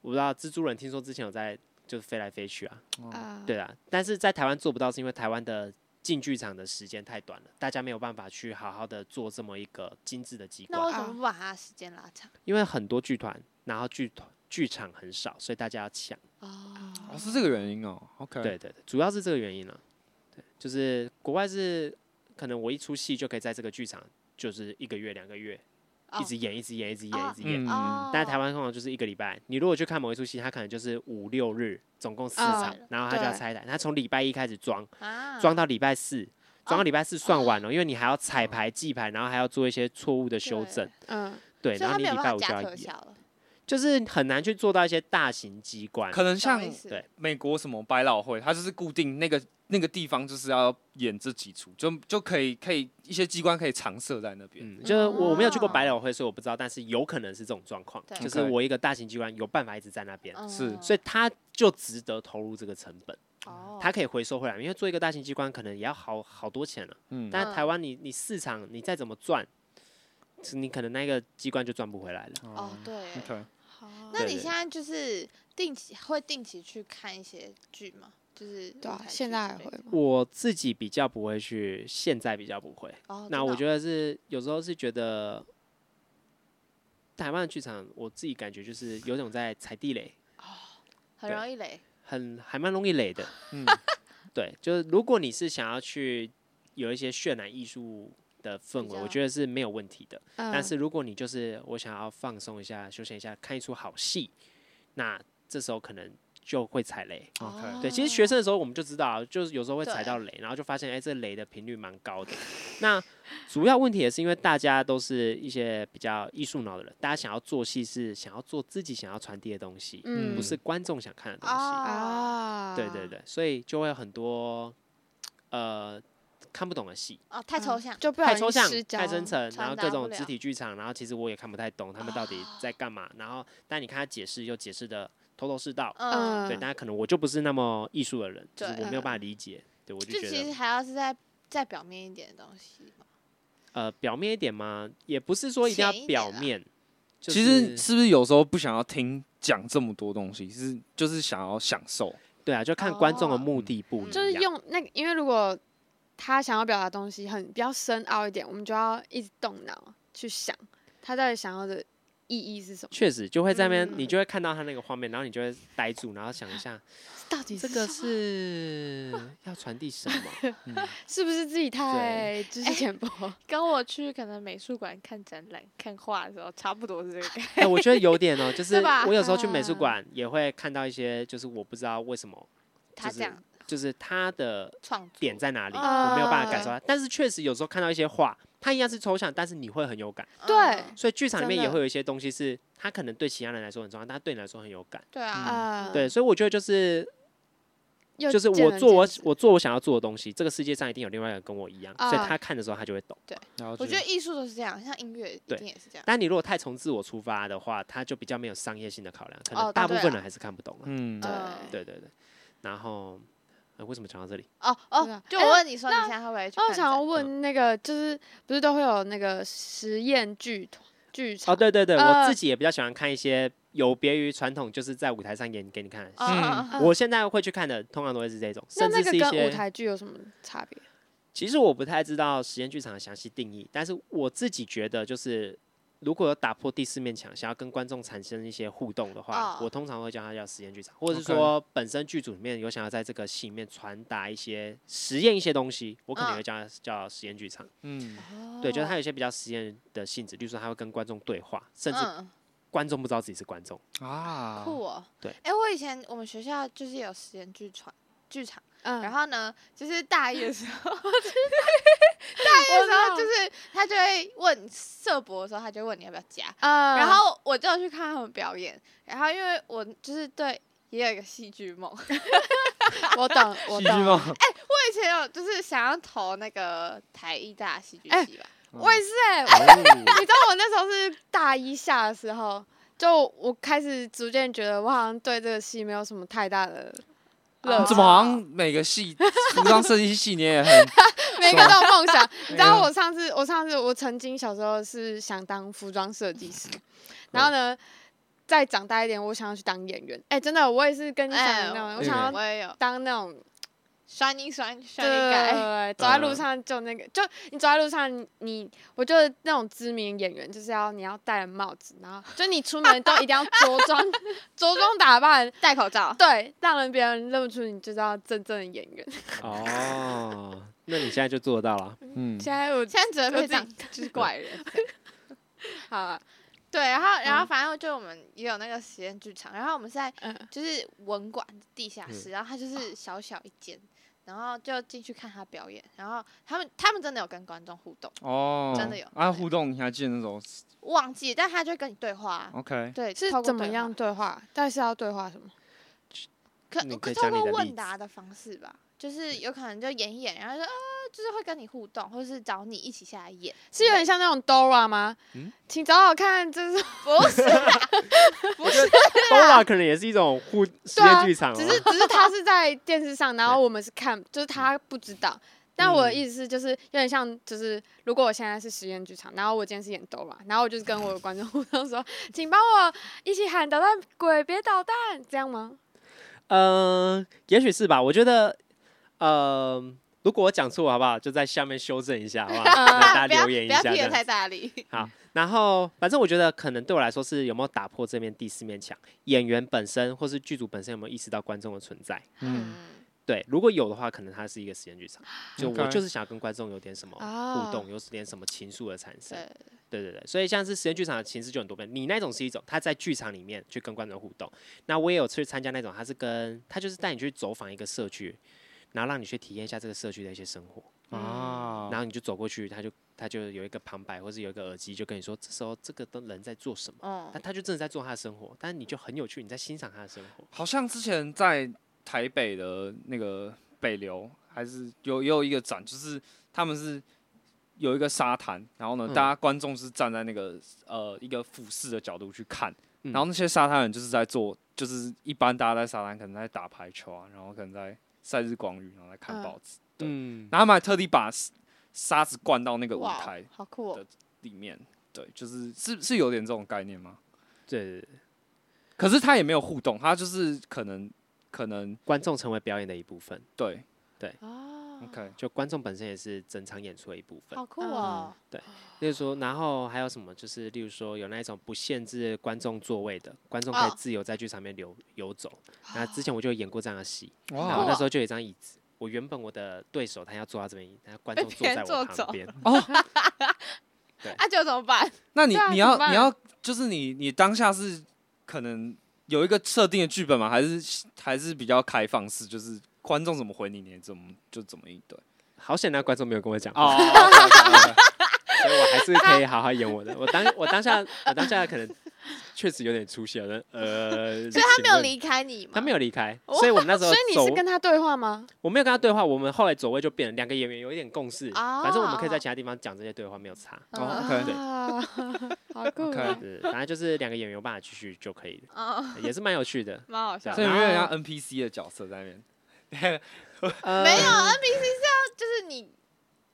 Speaker 3: 我不知道蜘蛛人，听说之前有在就是飞来飞去啊，
Speaker 2: 哦
Speaker 4: 啊，
Speaker 3: 对啊，但是在台湾做不到，是因为台湾的进剧场的时间太短了，大家没有办法去好好的做这么一个精致的机
Speaker 1: 那为
Speaker 3: 构，
Speaker 1: 什么不
Speaker 4: 啊
Speaker 1: 把它时间拉长？
Speaker 3: 因为很多剧团，然后剧团剧场很少，所以大家要抢。
Speaker 1: 哦，
Speaker 2: 哦，是这个原因哦。OK，
Speaker 3: 对对对，主要是这个原因了、对，就是国外是可能我一出戏就可以在这个剧场，就是一个月、两个月，一直演、一直演、一直演、
Speaker 1: 哦
Speaker 3: 一直演。
Speaker 2: 嗯，
Speaker 1: 哦，
Speaker 3: 但是台湾通常就是一个礼拜，你如果去看某一出戏，它可能就是五六日，总共四场，
Speaker 1: 嗯
Speaker 3: 然后它就要
Speaker 4: 对
Speaker 3: 拆台，它从礼拜一开始装，
Speaker 1: 啊
Speaker 3: 装到礼拜四，
Speaker 1: 哦
Speaker 3: 装到礼拜四算完了，因为你还要彩排、记牌，然后还要做一些错误的修正，
Speaker 4: 嗯，
Speaker 3: 对，
Speaker 1: 所以
Speaker 3: 然
Speaker 1: 他
Speaker 3: 后你
Speaker 1: 没有
Speaker 3: 礼
Speaker 1: 办
Speaker 3: 拜
Speaker 1: 法
Speaker 3: 五就
Speaker 1: 加
Speaker 3: 要
Speaker 1: 特
Speaker 3: 演
Speaker 1: 效，了，
Speaker 3: 就是很难去做到一些大型机关。
Speaker 2: 可能像
Speaker 1: 懂意思
Speaker 3: 对
Speaker 2: 美国什么百老汇，它就是固定那个那个地方就是要演这几出，就就可以可以一些机关可以常设在那边。
Speaker 3: 嗯，就是我没有去过百老汇，所以我不知道，但是有可能是这种状况
Speaker 1: 哦对，
Speaker 3: 就是我一个大型机关有办法一直在那边，
Speaker 2: 是
Speaker 1: 嗯
Speaker 3: 所以它就值得投入这个成本，
Speaker 1: 哦，
Speaker 3: 它可以回收回来，因为做一个大型机关可能也要好好多钱了。
Speaker 2: 嗯，
Speaker 3: 但台湾你你市场你再怎么赚，你可能那个机关就赚不回来了。
Speaker 2: 嗯
Speaker 1: 哦对耶，
Speaker 2: OK，
Speaker 1: 那
Speaker 3: 对
Speaker 1: 你
Speaker 3: 对
Speaker 1: 现在就是定期会定期去看一些剧吗？就是
Speaker 4: 对
Speaker 1: 舞
Speaker 4: 啊
Speaker 1: 台，
Speaker 4: 现
Speaker 1: 剧
Speaker 4: 在
Speaker 1: 之
Speaker 4: 还
Speaker 1: 类
Speaker 4: 会
Speaker 1: 的
Speaker 4: 吗？
Speaker 3: 我自己比较不会去，现在比较不会。
Speaker 1: 哦，
Speaker 3: 那我觉
Speaker 1: 得
Speaker 3: 得是有时候是觉得台湾的剧场，我自己感觉就是有种在踩地雷，
Speaker 1: 很容易累，
Speaker 3: 很还蛮容易累的。
Speaker 2: 嗯，
Speaker 3: 对，就是如果你是想要去有一些渲染艺术的氛
Speaker 1: 比
Speaker 3: 围，我
Speaker 1: 较嗯
Speaker 3: 觉得是没有问题的。但
Speaker 4: 但
Speaker 3: 是如果你就是我想要放松一下、休闲一下，看一出好戏，那这时候可能就会踩雷。
Speaker 1: 哦
Speaker 2: OK
Speaker 3: 对，其实学生的时候我们就知道啊，就是有时候会踩
Speaker 1: 对
Speaker 3: 到雷，然后就发现，哎、这雷的频率蛮高的。那主要问题也是因为大家都是一些比较艺术脑的人，大家想要做戏是想要做自己想要传递的东西，
Speaker 4: 嗯
Speaker 3: 不是观众想看的东西。
Speaker 1: 啊，
Speaker 4: 啊，
Speaker 3: 对对，对，所以就会有很多呃看不懂的戏，
Speaker 1: 哦，太抽象，
Speaker 4: 嗯就不
Speaker 3: 太
Speaker 4: 小
Speaker 3: 抽
Speaker 4: 心
Speaker 3: 象
Speaker 4: 失、焦
Speaker 3: 太深沉，然
Speaker 1: 传
Speaker 3: 后
Speaker 1: 达
Speaker 3: 各
Speaker 1: 不
Speaker 3: 种
Speaker 1: 了
Speaker 3: 肢体剧场，然后其实我也看不太懂他们到底在干嘛。然后，但你看他解释又解释的头头是道，
Speaker 1: 嗯，
Speaker 3: 对，
Speaker 4: 嗯
Speaker 3: 但可能我就不是那么艺术的人，就是
Speaker 1: 对
Speaker 3: 我没有办法理解。对，我
Speaker 1: 就
Speaker 3: 就觉
Speaker 1: 其实
Speaker 3: 得
Speaker 1: 还要是在在表面一点的东西嘛，
Speaker 3: 呃，表面一点嘛，也不是说一定要
Speaker 1: 浅一点
Speaker 3: 表
Speaker 1: 啦
Speaker 3: 面。就
Speaker 2: 其实
Speaker 3: 是
Speaker 2: 是不是有时候不想要听讲这么多东西，是就是想要享受。
Speaker 3: 对啊，就看观众的
Speaker 1: 哦
Speaker 3: 目的不一样。
Speaker 4: 就是用那个，因为如果他想要表达东西很比较深奥一点，我们就要一直动脑去想他到底想要的意义是什么，
Speaker 3: 确实就会在那边，你
Speaker 4: 嗯
Speaker 3: 就会看到他那个画面，然后你就会呆住，然后想一下，
Speaker 4: 到底
Speaker 3: 这
Speaker 4: 是
Speaker 3: 个
Speaker 4: 什么
Speaker 3: 是 要传递什么？
Speaker 4: 是不是自己太知识
Speaker 1: 哎
Speaker 4: 浅薄？
Speaker 1: 跟我去可能美术馆看展览、看画的时候差不多是这个 感觉。
Speaker 3: 哎、我觉得有点哦、就是
Speaker 1: 是吧
Speaker 3: 我有时候去美术
Speaker 4: 嗯
Speaker 3: 馆也会看到一些，就是我不知道为什么，
Speaker 1: 他
Speaker 3: 就是
Speaker 1: 这样
Speaker 3: 就是它的
Speaker 1: 创作
Speaker 3: 点在哪
Speaker 4: 哦
Speaker 3: 里，
Speaker 1: 嗯
Speaker 3: 我没有办法
Speaker 4: 呃
Speaker 3: 感受到。但是确实有时候看到一些画，它一样是抽象，但是你会很有感。
Speaker 4: 对
Speaker 1: 嗯
Speaker 3: 所以剧场里面
Speaker 4: 真的
Speaker 3: 也会有一些东西是它可能对其他人来说很重要，但对你来说很有感。
Speaker 1: 对啊，
Speaker 4: 啊，
Speaker 3: 嗯对，，所以我觉得就是
Speaker 4: 又
Speaker 3: 就是
Speaker 4: 见
Speaker 3: 我
Speaker 4: 仁
Speaker 3: 做
Speaker 4: 见
Speaker 3: 我
Speaker 4: 智
Speaker 3: 我做我想要做的东西，这个世界上一定有另外一个人跟我一样，所以
Speaker 4: 啊
Speaker 3: 他看的时候他就会懂。
Speaker 2: 我
Speaker 1: 我觉得艺术都是这样，像音乐一
Speaker 3: 对
Speaker 1: 定也是这样。
Speaker 3: 但你如果太从自我出发的话，他就比较没有商业性的考量，可能
Speaker 1: 哦
Speaker 3: 大部
Speaker 1: 对
Speaker 3: 分
Speaker 1: 啊
Speaker 3: 人还是看不懂了。
Speaker 2: 嗯，
Speaker 1: 嗯
Speaker 3: 对对对，然后、呃、为什么讲到这里？
Speaker 1: 哦
Speaker 4: 对啊
Speaker 1: 哦，就
Speaker 4: 哎
Speaker 1: 我问你说，你
Speaker 4: 那
Speaker 1: 现在会不会去
Speaker 4: 那
Speaker 1: 看
Speaker 4: 我
Speaker 1: 展？
Speaker 4: 想要
Speaker 3: 嗯
Speaker 4: 问那个，就是不是都会有那个实验剧团剧场？
Speaker 3: 哦，对对对，我
Speaker 4: 呃
Speaker 3: 自己也比较喜欢看一些有别于传统，就是在舞台上演给你看的戏。
Speaker 1: 嗯，嗯嗯
Speaker 3: 我现在会去看的，通常都会是这种，
Speaker 4: 那
Speaker 3: 甚
Speaker 4: 那
Speaker 3: 至
Speaker 4: 个
Speaker 3: 是一
Speaker 4: 跟舞
Speaker 3: 些。
Speaker 4: 台剧有什么差别？
Speaker 3: 其实我不太知道实验剧场的详细定义，但是我自己觉得，就是如果有打破第四面墙，想要跟观众产生一些互动的话，
Speaker 1: 哦
Speaker 3: 我通常会叫它叫实验剧场，或者是
Speaker 2: OK
Speaker 3: 说本身剧组里面有想要在这个戏里面传达一些实验一些东西，我可能
Speaker 1: 嗯
Speaker 3: 会叫它叫实验剧场。
Speaker 2: 嗯，
Speaker 1: 哦
Speaker 3: 对，
Speaker 4: 哦
Speaker 3: 就是它有一些比较实验的性质，例如说它会跟观众对话，甚至
Speaker 1: 嗯
Speaker 3: 观众不知道自己是观 众。
Speaker 2: 啊，
Speaker 1: 酷哦。
Speaker 3: 对
Speaker 1: 哎，我以前我们学校就是有实验剧场。剧场，
Speaker 4: 嗯，
Speaker 1: 然后呢，就是大一的时 候，大一
Speaker 4: 我
Speaker 1: 的时候
Speaker 4: 懂
Speaker 1: 就是他就会问社博的时候，他就会问你要不要加，
Speaker 4: 呃，
Speaker 1: 然后我就去看他们表演，然后因为我就是对也有一个戏剧梦， 我
Speaker 4: 我懂，我
Speaker 2: 戏剧
Speaker 4: 懂，
Speaker 2: 吗？
Speaker 1: 以前有就是想要投那个台艺大戏剧
Speaker 4: 哎
Speaker 1: 系吧，
Speaker 4: 我也是哎、
Speaker 3: 哦
Speaker 4: 你知道我那时候是大一下的时候，就我开始逐渐觉得我好像对这个戏没有什么太大的 热
Speaker 1: 哦
Speaker 2: 怎
Speaker 4: 忱，
Speaker 2: 么好像每个系服装设计系你也很
Speaker 4: 没看到梦想。你知道我上次，我上次我曾经小时候是想当服装设计师，然后呢，再长大一点，我想要去当演员。哎、真的，我也是跟你想的那种，
Speaker 1: 哎
Speaker 4: 我想
Speaker 2: 演
Speaker 4: 要
Speaker 2: 员
Speaker 1: 我也有
Speaker 4: 当那种
Speaker 1: 刷你刷你刷
Speaker 4: 对
Speaker 1: 你改，
Speaker 4: 对对，走在路
Speaker 3: 嗯
Speaker 4: 上就那个，就你走在路上，你我觉得那种知名演员就是要你要戴着帽子，然后就你出门都一定要着装着装打扮，
Speaker 1: 戴口罩。
Speaker 4: 对，让人别人认不出你，就知道真正的演员。
Speaker 3: 哦，那你现在就做得到了。
Speaker 2: 嗯，
Speaker 4: 现在我
Speaker 1: 现在只能
Speaker 4: 就
Speaker 1: 被
Speaker 4: 自
Speaker 1: 这样
Speaker 4: 己，
Speaker 1: 就是怪人。
Speaker 4: 好啊了，
Speaker 1: 对，然后然后
Speaker 4: 嗯
Speaker 1: 反正就我们也有那个实验剧场，然后我们是在
Speaker 4: 嗯哦
Speaker 1: 就是文馆地下室，然后它就是小小一间，然后就进去看他表演，然后他们他们真的有跟观众互动，
Speaker 2: 哦，
Speaker 1: 真的有
Speaker 2: 啊，互动你还记得那种
Speaker 1: 忘记，但他就会跟你对话啊、
Speaker 2: ？OK，
Speaker 1: 对，
Speaker 4: 是
Speaker 1: 透过
Speaker 4: 怎么
Speaker 1: 对话
Speaker 4: 样？对话？但是要对话什么？
Speaker 1: 可
Speaker 3: 你可
Speaker 1: 可
Speaker 3: 以
Speaker 1: 透
Speaker 3: 讲你
Speaker 1: 过
Speaker 3: 的例
Speaker 1: 问
Speaker 3: 子
Speaker 1: 答的方式吧，就是有可能就演一演，然后就啊，就是会跟你互动，或是找你一起下来演之
Speaker 4: 是
Speaker 1: 类
Speaker 4: 有
Speaker 1: 的，
Speaker 4: 点像那种 Dora 吗？
Speaker 3: 嗯
Speaker 4: 请找我 看，这是
Speaker 1: 不是
Speaker 3: Dora 可能也是一种互实
Speaker 4: 啊对啊
Speaker 3: 验剧场哦，
Speaker 4: 只是只是他是在电视上，然后我们是看，就是
Speaker 3: 嗯
Speaker 4: 他不知道。但我的意思是，就是有点像，就是如果我现在是实验剧场，然后我今天是演 Dora，然后我就是跟我的观众互动说， 请帮我一起喊捣蛋鬼，别捣蛋，这样吗？
Speaker 3: 嗯、也许是吧。我觉得，呃，如果我讲错好不好，就在下面修正一下，好不好？让大家
Speaker 1: 不要
Speaker 3: 留
Speaker 1: 不
Speaker 3: 言一
Speaker 1: 要
Speaker 3: 下。
Speaker 1: 踢
Speaker 3: 这
Speaker 1: 得
Speaker 3: 样
Speaker 1: 太大力，
Speaker 3: 好，然后反正我觉得可能对我来说是有没有打破这面第四面墙，演员本身或是剧组本身有没有意识到观众的存在？
Speaker 2: 嗯，
Speaker 1: 嗯，
Speaker 3: 对，如果有的话，可能它是一个实验剧场。就我
Speaker 2: OK
Speaker 3: 就是想跟观众有点什么
Speaker 4: 啊
Speaker 3: 互动，有点什么情愫的产生。
Speaker 1: 对，
Speaker 3: 对对对，所以像是实验剧场的形式就很多变。你那种是一种，他在剧场里面去跟观众互动。那我也有去参加那种，他是跟他就是带你去走访一个社区，然后让你去体验一下这个社区的一些生活。
Speaker 1: 嗯
Speaker 2: 啊
Speaker 3: 然后你就走过去，他就他就有一个旁白，或是有一个耳机，就跟你说这时候这个的人在做什么。
Speaker 1: 嗯
Speaker 3: 但，他就真的在做他的生活，但你就很有趣，你在欣赏他的生活。
Speaker 2: 好像之前在台北的那个北流，还是有也有一个展，就是他们是有一个沙滩，然后呢，
Speaker 3: 嗯
Speaker 2: 大家观众是站在那个呃一个俯视的角度去看，
Speaker 3: 嗯
Speaker 2: 然后那些沙滩人就是在做，就是一般大家在沙滩可能在打排球啊，然后可能在晒日光浴，然后在看
Speaker 4: 嗯
Speaker 2: 报纸，对
Speaker 3: 嗯，
Speaker 2: 然后他们还特地把沙沙子灌到那个舞
Speaker 1: 哇
Speaker 2: 台
Speaker 1: 好酷哦
Speaker 2: 的，里面，对，就是是是有点这种概念吗？
Speaker 3: 对对对，
Speaker 2: 可是他也没有互动，他就是可能可能
Speaker 3: 观众成为表演的一部分，
Speaker 2: 对
Speaker 1: 哦
Speaker 2: ，OK，
Speaker 3: 就观众本身也是整场演出的一部分
Speaker 1: 好。酷哦，
Speaker 3: 例如说，然后还有什么？就是例如说，有那一种不限制观众座位的，观众可以
Speaker 1: 哦
Speaker 3: 自由在剧场里面游游走。那之前我就有演过这样的戏，
Speaker 2: 哇
Speaker 3: 然后那
Speaker 1: 哇
Speaker 3: 时候就有一张椅子，我原本我的对手他要坐到这边，但观
Speaker 1: 被
Speaker 3: 众坐
Speaker 1: 别
Speaker 3: 在
Speaker 1: 人
Speaker 3: 我
Speaker 1: 坐走
Speaker 3: 旁边。
Speaker 1: 啊，就怎么办？
Speaker 2: 那你
Speaker 4: 对啊
Speaker 2: 你
Speaker 4: 怎么
Speaker 2: 要
Speaker 4: 办
Speaker 2: 你要就是你你当下是可能有一个设定的剧本吗？还是还是比较开放式，就是观众怎么回你，你怎么就怎么应对？
Speaker 3: 好险，那观众没有跟我讲话。
Speaker 2: 哦，
Speaker 3: 所以我还是可以好好演我的。我当我当下我当下可能确实有点出息了，呃，
Speaker 1: 所以他没有
Speaker 3: 请问，
Speaker 1: 离哦开你吗？
Speaker 3: 他没
Speaker 1: 有，
Speaker 3: 有离开，所以我们那时候
Speaker 4: 所以你
Speaker 3: 走
Speaker 4: 是跟他对话吗？
Speaker 3: 我没有跟他对话，我们后来走位就变了，两个演员有一点共识，
Speaker 1: 哦
Speaker 3: 反正我们可以在其他地方讲这些对话，没有差。
Speaker 2: 哦，OK 对
Speaker 4: 啊，好酷
Speaker 2: OK
Speaker 4: 哦！
Speaker 3: 对，反正就是两个演员有办法继续就可以了，
Speaker 1: 嗯，
Speaker 3: 也是蛮有趣的。
Speaker 1: 蛮好笑
Speaker 2: 所
Speaker 1: 的。
Speaker 2: 以有
Speaker 3: 然
Speaker 2: 点像
Speaker 3: 后
Speaker 2: NPC 的角色在那边。
Speaker 1: 没有
Speaker 3: 嗯
Speaker 1: NPC 是要就是你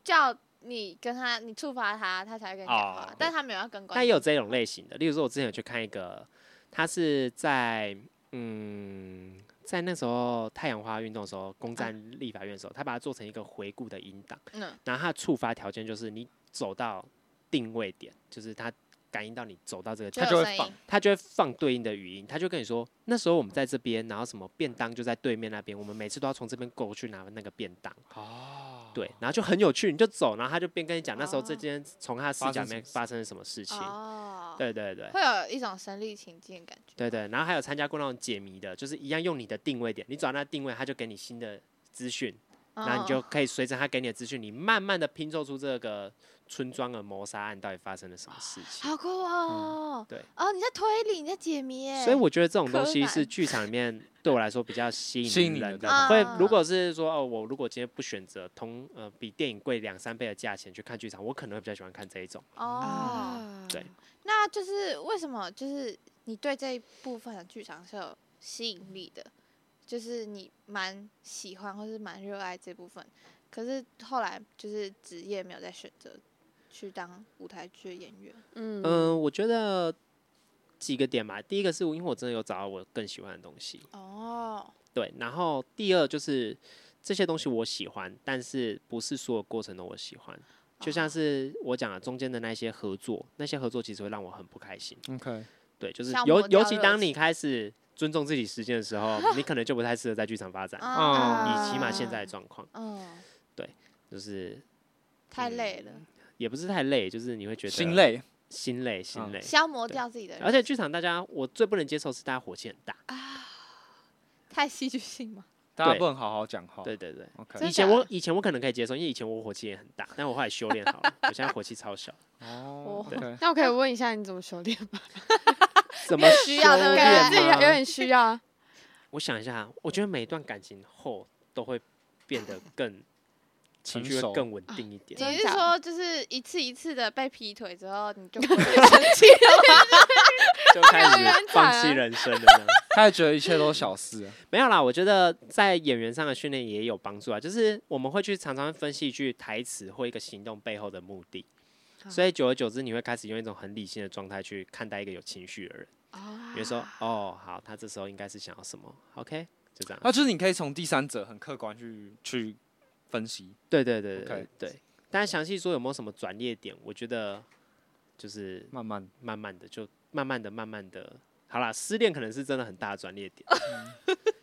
Speaker 1: 叫你跟他，你触发他，他才会跟你讲话，
Speaker 2: 哦
Speaker 1: 但他没有要跟 关。
Speaker 3: 但也有这种类型的，例如说，我之前有去看一个，他是在嗯，在那时候太阳花运动的时候，攻占立法院的时候，他把它做成一个回顾的音档，
Speaker 1: 嗯
Speaker 3: 然后它的触发条件就是你走到定位点，就是他感应到你走到这个地
Speaker 1: 就
Speaker 3: 方，
Speaker 1: 有声音，
Speaker 3: 他就会放对应的语音，他就跟你说，那时候我们在这边，然后什么便当就在对面那边，我们每次都要从这边过去拿那个便当。
Speaker 2: 哦，
Speaker 3: 对，然后就很有趣，你就走，然后他就边跟你讲那时候这
Speaker 1: 哦
Speaker 3: 间从他视
Speaker 2: 发生
Speaker 3: 角里
Speaker 2: 什
Speaker 3: 面
Speaker 2: 么事
Speaker 3: 发生了什么事情。
Speaker 1: 哦，
Speaker 3: 对对对
Speaker 1: 会有一种身临情境的感觉。
Speaker 3: 对对，然后还有参加过那种解谜的，就是一样用你的定位点，你找到那定位，他就给你新的资讯，
Speaker 1: 嗯，
Speaker 3: 然后你就可以随着他给你的资讯，你慢慢的拼凑出这个村庄的谋杀案到底发生了什么事情。
Speaker 1: 好酷哦。
Speaker 3: 嗯对，
Speaker 1: 哦，你在推理，你在解谜耶。
Speaker 3: 所以我觉得这种东
Speaker 1: 柯
Speaker 3: 西是
Speaker 1: 南
Speaker 3: 剧场 里面对我来说比较吸
Speaker 2: 吸
Speaker 3: 引
Speaker 2: 引你
Speaker 3: 人
Speaker 2: 的
Speaker 3: 的。会
Speaker 1: 地方
Speaker 3: 如果是说哦，我如果今天不选择同呃比电影贵两三倍的价钱去看剧场，我可能会比较喜欢看这一种。
Speaker 1: 哦，
Speaker 4: 啊
Speaker 3: 对
Speaker 1: 那就是为什么就是你对这一部分的剧场是有吸引力的，就是你蛮喜欢或是蛮热爱这部分，可是后来就是职业没有再选择去当舞台剧的演员。
Speaker 4: 嗯
Speaker 3: 嗯、我觉得几个点吧。第一个是因为我真的有找到我更喜欢的东西，
Speaker 1: 哦，
Speaker 3: 对，然后第二就是这些东西我喜欢，但是不是所有过程都我喜欢。就
Speaker 1: 哦
Speaker 3: 像是我讲的中间的那些合作，那些合作其实会让我很不开心。
Speaker 2: OK，
Speaker 3: 对，就是
Speaker 1: 消
Speaker 3: 尤
Speaker 1: 磨掉
Speaker 3: 尤其
Speaker 1: 热
Speaker 3: 当
Speaker 1: 情
Speaker 3: 你开始尊重自己时间的时候，你可能就不太适合在剧场发展，
Speaker 1: 啊
Speaker 3: 以起码现在的状况，
Speaker 1: 嗯，
Speaker 3: 就是
Speaker 1: 太累了，
Speaker 3: 也不是太累，就是你会觉得
Speaker 2: 心，累，
Speaker 3: 心累，心
Speaker 2: 嗯
Speaker 3: 累。
Speaker 1: 消磨
Speaker 3: 对
Speaker 1: 掉自己的人，
Speaker 3: 而且剧场大家，我最不能接受是大家火气很大。
Speaker 1: 太戏剧性 嘛。
Speaker 2: 大家
Speaker 3: 对
Speaker 2: 不能好好讲
Speaker 1: 哦
Speaker 2: 话。
Speaker 3: 对对对，
Speaker 2: ，OK，
Speaker 1: 真
Speaker 3: 以前
Speaker 1: 假
Speaker 3: 我
Speaker 1: 的
Speaker 3: 以前我可能可以接受，因为以前我火气也很大，但我后来修炼好了，我现在火气 超小。
Speaker 2: 哦
Speaker 1: 对
Speaker 2: ，OK，
Speaker 4: 那我可以问一下你怎么修炼？
Speaker 3: 怎么
Speaker 1: 需要
Speaker 3: 修
Speaker 1: 对不对
Speaker 3: 炼
Speaker 1: 感
Speaker 4: 自己有
Speaker 3: 吗
Speaker 4: 有点需 要啊。
Speaker 3: 我想一下，我觉得每一段感情后都会变得更情
Speaker 2: 成
Speaker 3: 绪会
Speaker 2: 熟
Speaker 3: 更稳定一
Speaker 1: 你
Speaker 3: 点。
Speaker 4: 真
Speaker 1: 是
Speaker 4: 假的
Speaker 1: 说，就是一次一次的被劈腿之后， 你就
Speaker 3: 就开
Speaker 4: 有人
Speaker 3: 始放
Speaker 4: 惨
Speaker 3: 弃
Speaker 4: 啊
Speaker 3: 人生了呢。
Speaker 2: 他也觉得一切都是小事啊。
Speaker 3: 没有啦，我觉得在演员上的训练也有帮助啊。就是我们会去常常分析一句台词或一个行动背后的目的，所以久而久之，你会开始用一种很理性的状态去看待一个有情绪的人。比如说，哦，好，他这时候应该是想要什么？OK，就这样。
Speaker 2: 啊，就是你可以从第三者很客观去去分析。
Speaker 3: 对对对对
Speaker 2: OK
Speaker 3: 对对。但详细说有没有什么转捩点，我觉得就是
Speaker 2: 慢慢，
Speaker 3: 慢慢的，就慢慢的、慢慢的，好啦，失恋可能是真的很大的转捩点，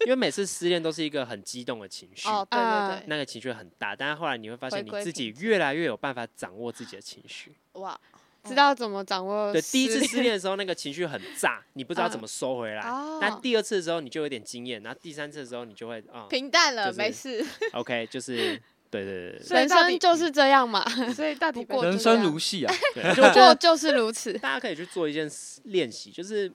Speaker 3: 因为每次失恋都是一个很激动的情绪，
Speaker 1: 哦，对 对对，
Speaker 3: 那个情绪很大，但是后来你会发现
Speaker 1: 回
Speaker 3: 你
Speaker 1: 归
Speaker 3: 自己
Speaker 1: 平
Speaker 3: 越来越有办法掌握自己的情绪。
Speaker 1: 哇，
Speaker 4: 知道怎么掌握
Speaker 3: 对，第一次
Speaker 4: 失
Speaker 3: 失恋的时候那个情绪很炸，你不知道怎
Speaker 4: 嗯
Speaker 3: 么收回来。
Speaker 1: 哦
Speaker 3: 但第二次的时候你就有点经验，然后第三次的时候你就会啊、
Speaker 1: 平淡了，
Speaker 3: 就是
Speaker 1: 没 事。
Speaker 3: o k 就是对对对对
Speaker 1: 所以
Speaker 4: 人
Speaker 1: 到底
Speaker 4: 生就是这样嘛，
Speaker 1: 所以到底
Speaker 4: 不过
Speaker 2: 人
Speaker 4: 就这
Speaker 2: 生
Speaker 4: 样
Speaker 2: 如戏啊，
Speaker 3: 对，而且我
Speaker 4: 不
Speaker 3: 觉
Speaker 4: 过
Speaker 3: 得
Speaker 4: 就是 如此。
Speaker 3: 大家可以去做一件事练习，就是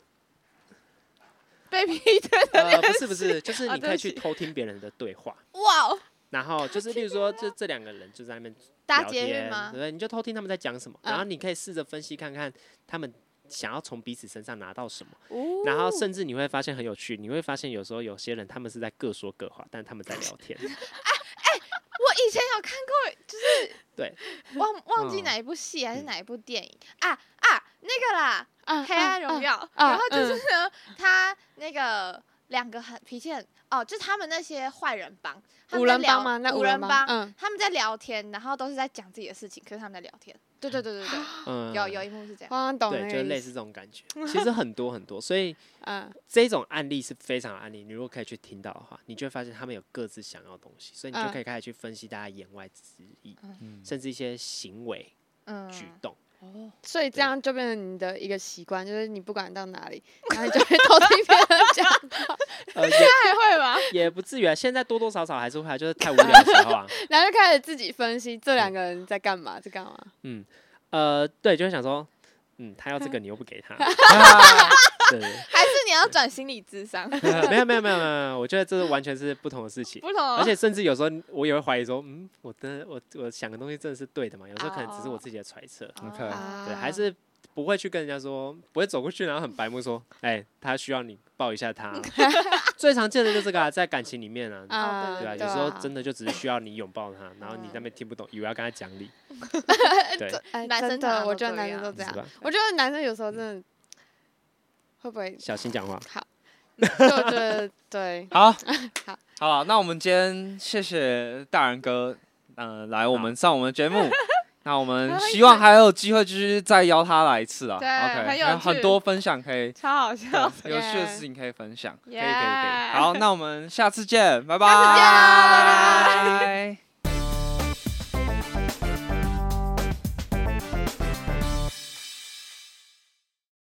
Speaker 1: 被劈腿，
Speaker 3: 呃，不是不是，就是
Speaker 1: 啊
Speaker 3: 你
Speaker 1: 对
Speaker 3: 可以
Speaker 1: 不
Speaker 3: 去
Speaker 1: 起
Speaker 3: 偷听别人的对话，
Speaker 1: 哇哦，
Speaker 3: 然后就是例如说，就这两个人就在那边
Speaker 1: 搭
Speaker 3: 聊
Speaker 1: 捷
Speaker 3: 天
Speaker 1: 运吗
Speaker 3: 对不？对？你就偷听他们在讲什么，
Speaker 4: 嗯
Speaker 3: 然后你可以试着分析看看他们想要从彼此身上拿到什么，
Speaker 1: 哦
Speaker 3: 然后甚至你会发现很有趣，你会发现有时候有些人他们是在各说各话，但他们在聊天。
Speaker 1: 我以前有看过，就是
Speaker 3: 对
Speaker 1: 忘忘记
Speaker 2: 嗯
Speaker 1: 哪一部戏还是
Speaker 3: 嗯
Speaker 1: 哪一部电影啊啊那个啦，
Speaker 4: 啊
Speaker 1: 《黑暗荣耀》
Speaker 4: 啊
Speaker 1: 然后就是呢，他那个两个很脾气很哦，就是他们那些坏人帮，他
Speaker 4: 五
Speaker 1: 们在
Speaker 4: 人
Speaker 1: 聊
Speaker 4: 帮吗？那
Speaker 1: 五
Speaker 4: 人
Speaker 1: 人帮，
Speaker 4: 嗯，
Speaker 1: 他们在聊天，然后都是在讲自己的事情，可是他们在聊天。对对对对对，
Speaker 3: 嗯，
Speaker 1: 有有一幕是这样。
Speaker 4: 我好像懂那
Speaker 3: 对，就
Speaker 4: 个
Speaker 3: 是类
Speaker 4: 意思。
Speaker 3: 似这种感 觉。其实很多很多，所以
Speaker 4: 嗯，
Speaker 3: 这种案例是非常的案例。你如果可以去听到的话，你就会发现他们有各自想要的东西，所以你就
Speaker 4: 嗯
Speaker 3: 可以开始去分析大家言外之意，
Speaker 2: 嗯，
Speaker 3: 甚至一些行为
Speaker 1: 嗯，
Speaker 3: 举动。
Speaker 1: 哦，
Speaker 4: 所以
Speaker 3: 对
Speaker 4: 这样就变成你的一个习惯，就是你不管到哪里，然后你就会偷听别人 讲，
Speaker 3: 呃，也
Speaker 4: 还会吧？
Speaker 3: 也不至于啊，现在多多少少还是会啊，就是太无聊的时候啊，
Speaker 4: 然后就开始自己分析这两个人在干嘛，在干嘛。
Speaker 3: 嗯，呃，对，就会想说，嗯，他要这个你又不给他，对，
Speaker 1: 还是你要转心理智商，不
Speaker 3: 没有没有没有没有没有，我觉得这是完全是不同的事情。
Speaker 1: 同哦。
Speaker 3: 而且甚至有时候我也会怀疑说，嗯，我的我我想的东西真的是对的嘛？有时候可能只是我自己的揣测，
Speaker 2: OK
Speaker 4: 啊
Speaker 3: 对，还是不会去跟人家说，不会走过去然后很白目说，哎、他需要你抱一下他啊、最常见的就是这个啊，在感情里面啊，
Speaker 1: 哦
Speaker 3: 对
Speaker 1: 对
Speaker 3: 啊，
Speaker 1: 啊
Speaker 3: 有时候真的就只是需要你拥抱他，然后你在那边听不懂，以为要跟他讲理，对，
Speaker 4: 哎
Speaker 1: 男生
Speaker 4: 真
Speaker 1: 常
Speaker 4: 的，
Speaker 1: 常
Speaker 4: 我
Speaker 1: 都
Speaker 4: 觉
Speaker 1: 这
Speaker 4: 得男生
Speaker 1: 样
Speaker 4: 都这
Speaker 3: 是
Speaker 4: 样。
Speaker 3: 吧？
Speaker 4: 我觉得男生有时候真
Speaker 3: 嗯
Speaker 4: 的会 不会，
Speaker 3: 小心讲话，
Speaker 4: 就我觉得对，
Speaker 2: 好，好啦，那我们今天谢谢大人哥，嗯，来我们上我们的节目。 那我们希望还有机会继续再邀他来一次啊。
Speaker 1: 对
Speaker 2: OK，
Speaker 1: 很有
Speaker 2: 还有很
Speaker 1: 趣 Oh,
Speaker 2: 多分享 可以，
Speaker 1: 超好笑，
Speaker 2: 有趣的
Speaker 4: 耶
Speaker 2: 事情可以分享。
Speaker 1: 可以
Speaker 3: 可以可以
Speaker 2: 好，那我们下次见，拜拜，
Speaker 1: 下次见拜
Speaker 2: 拜。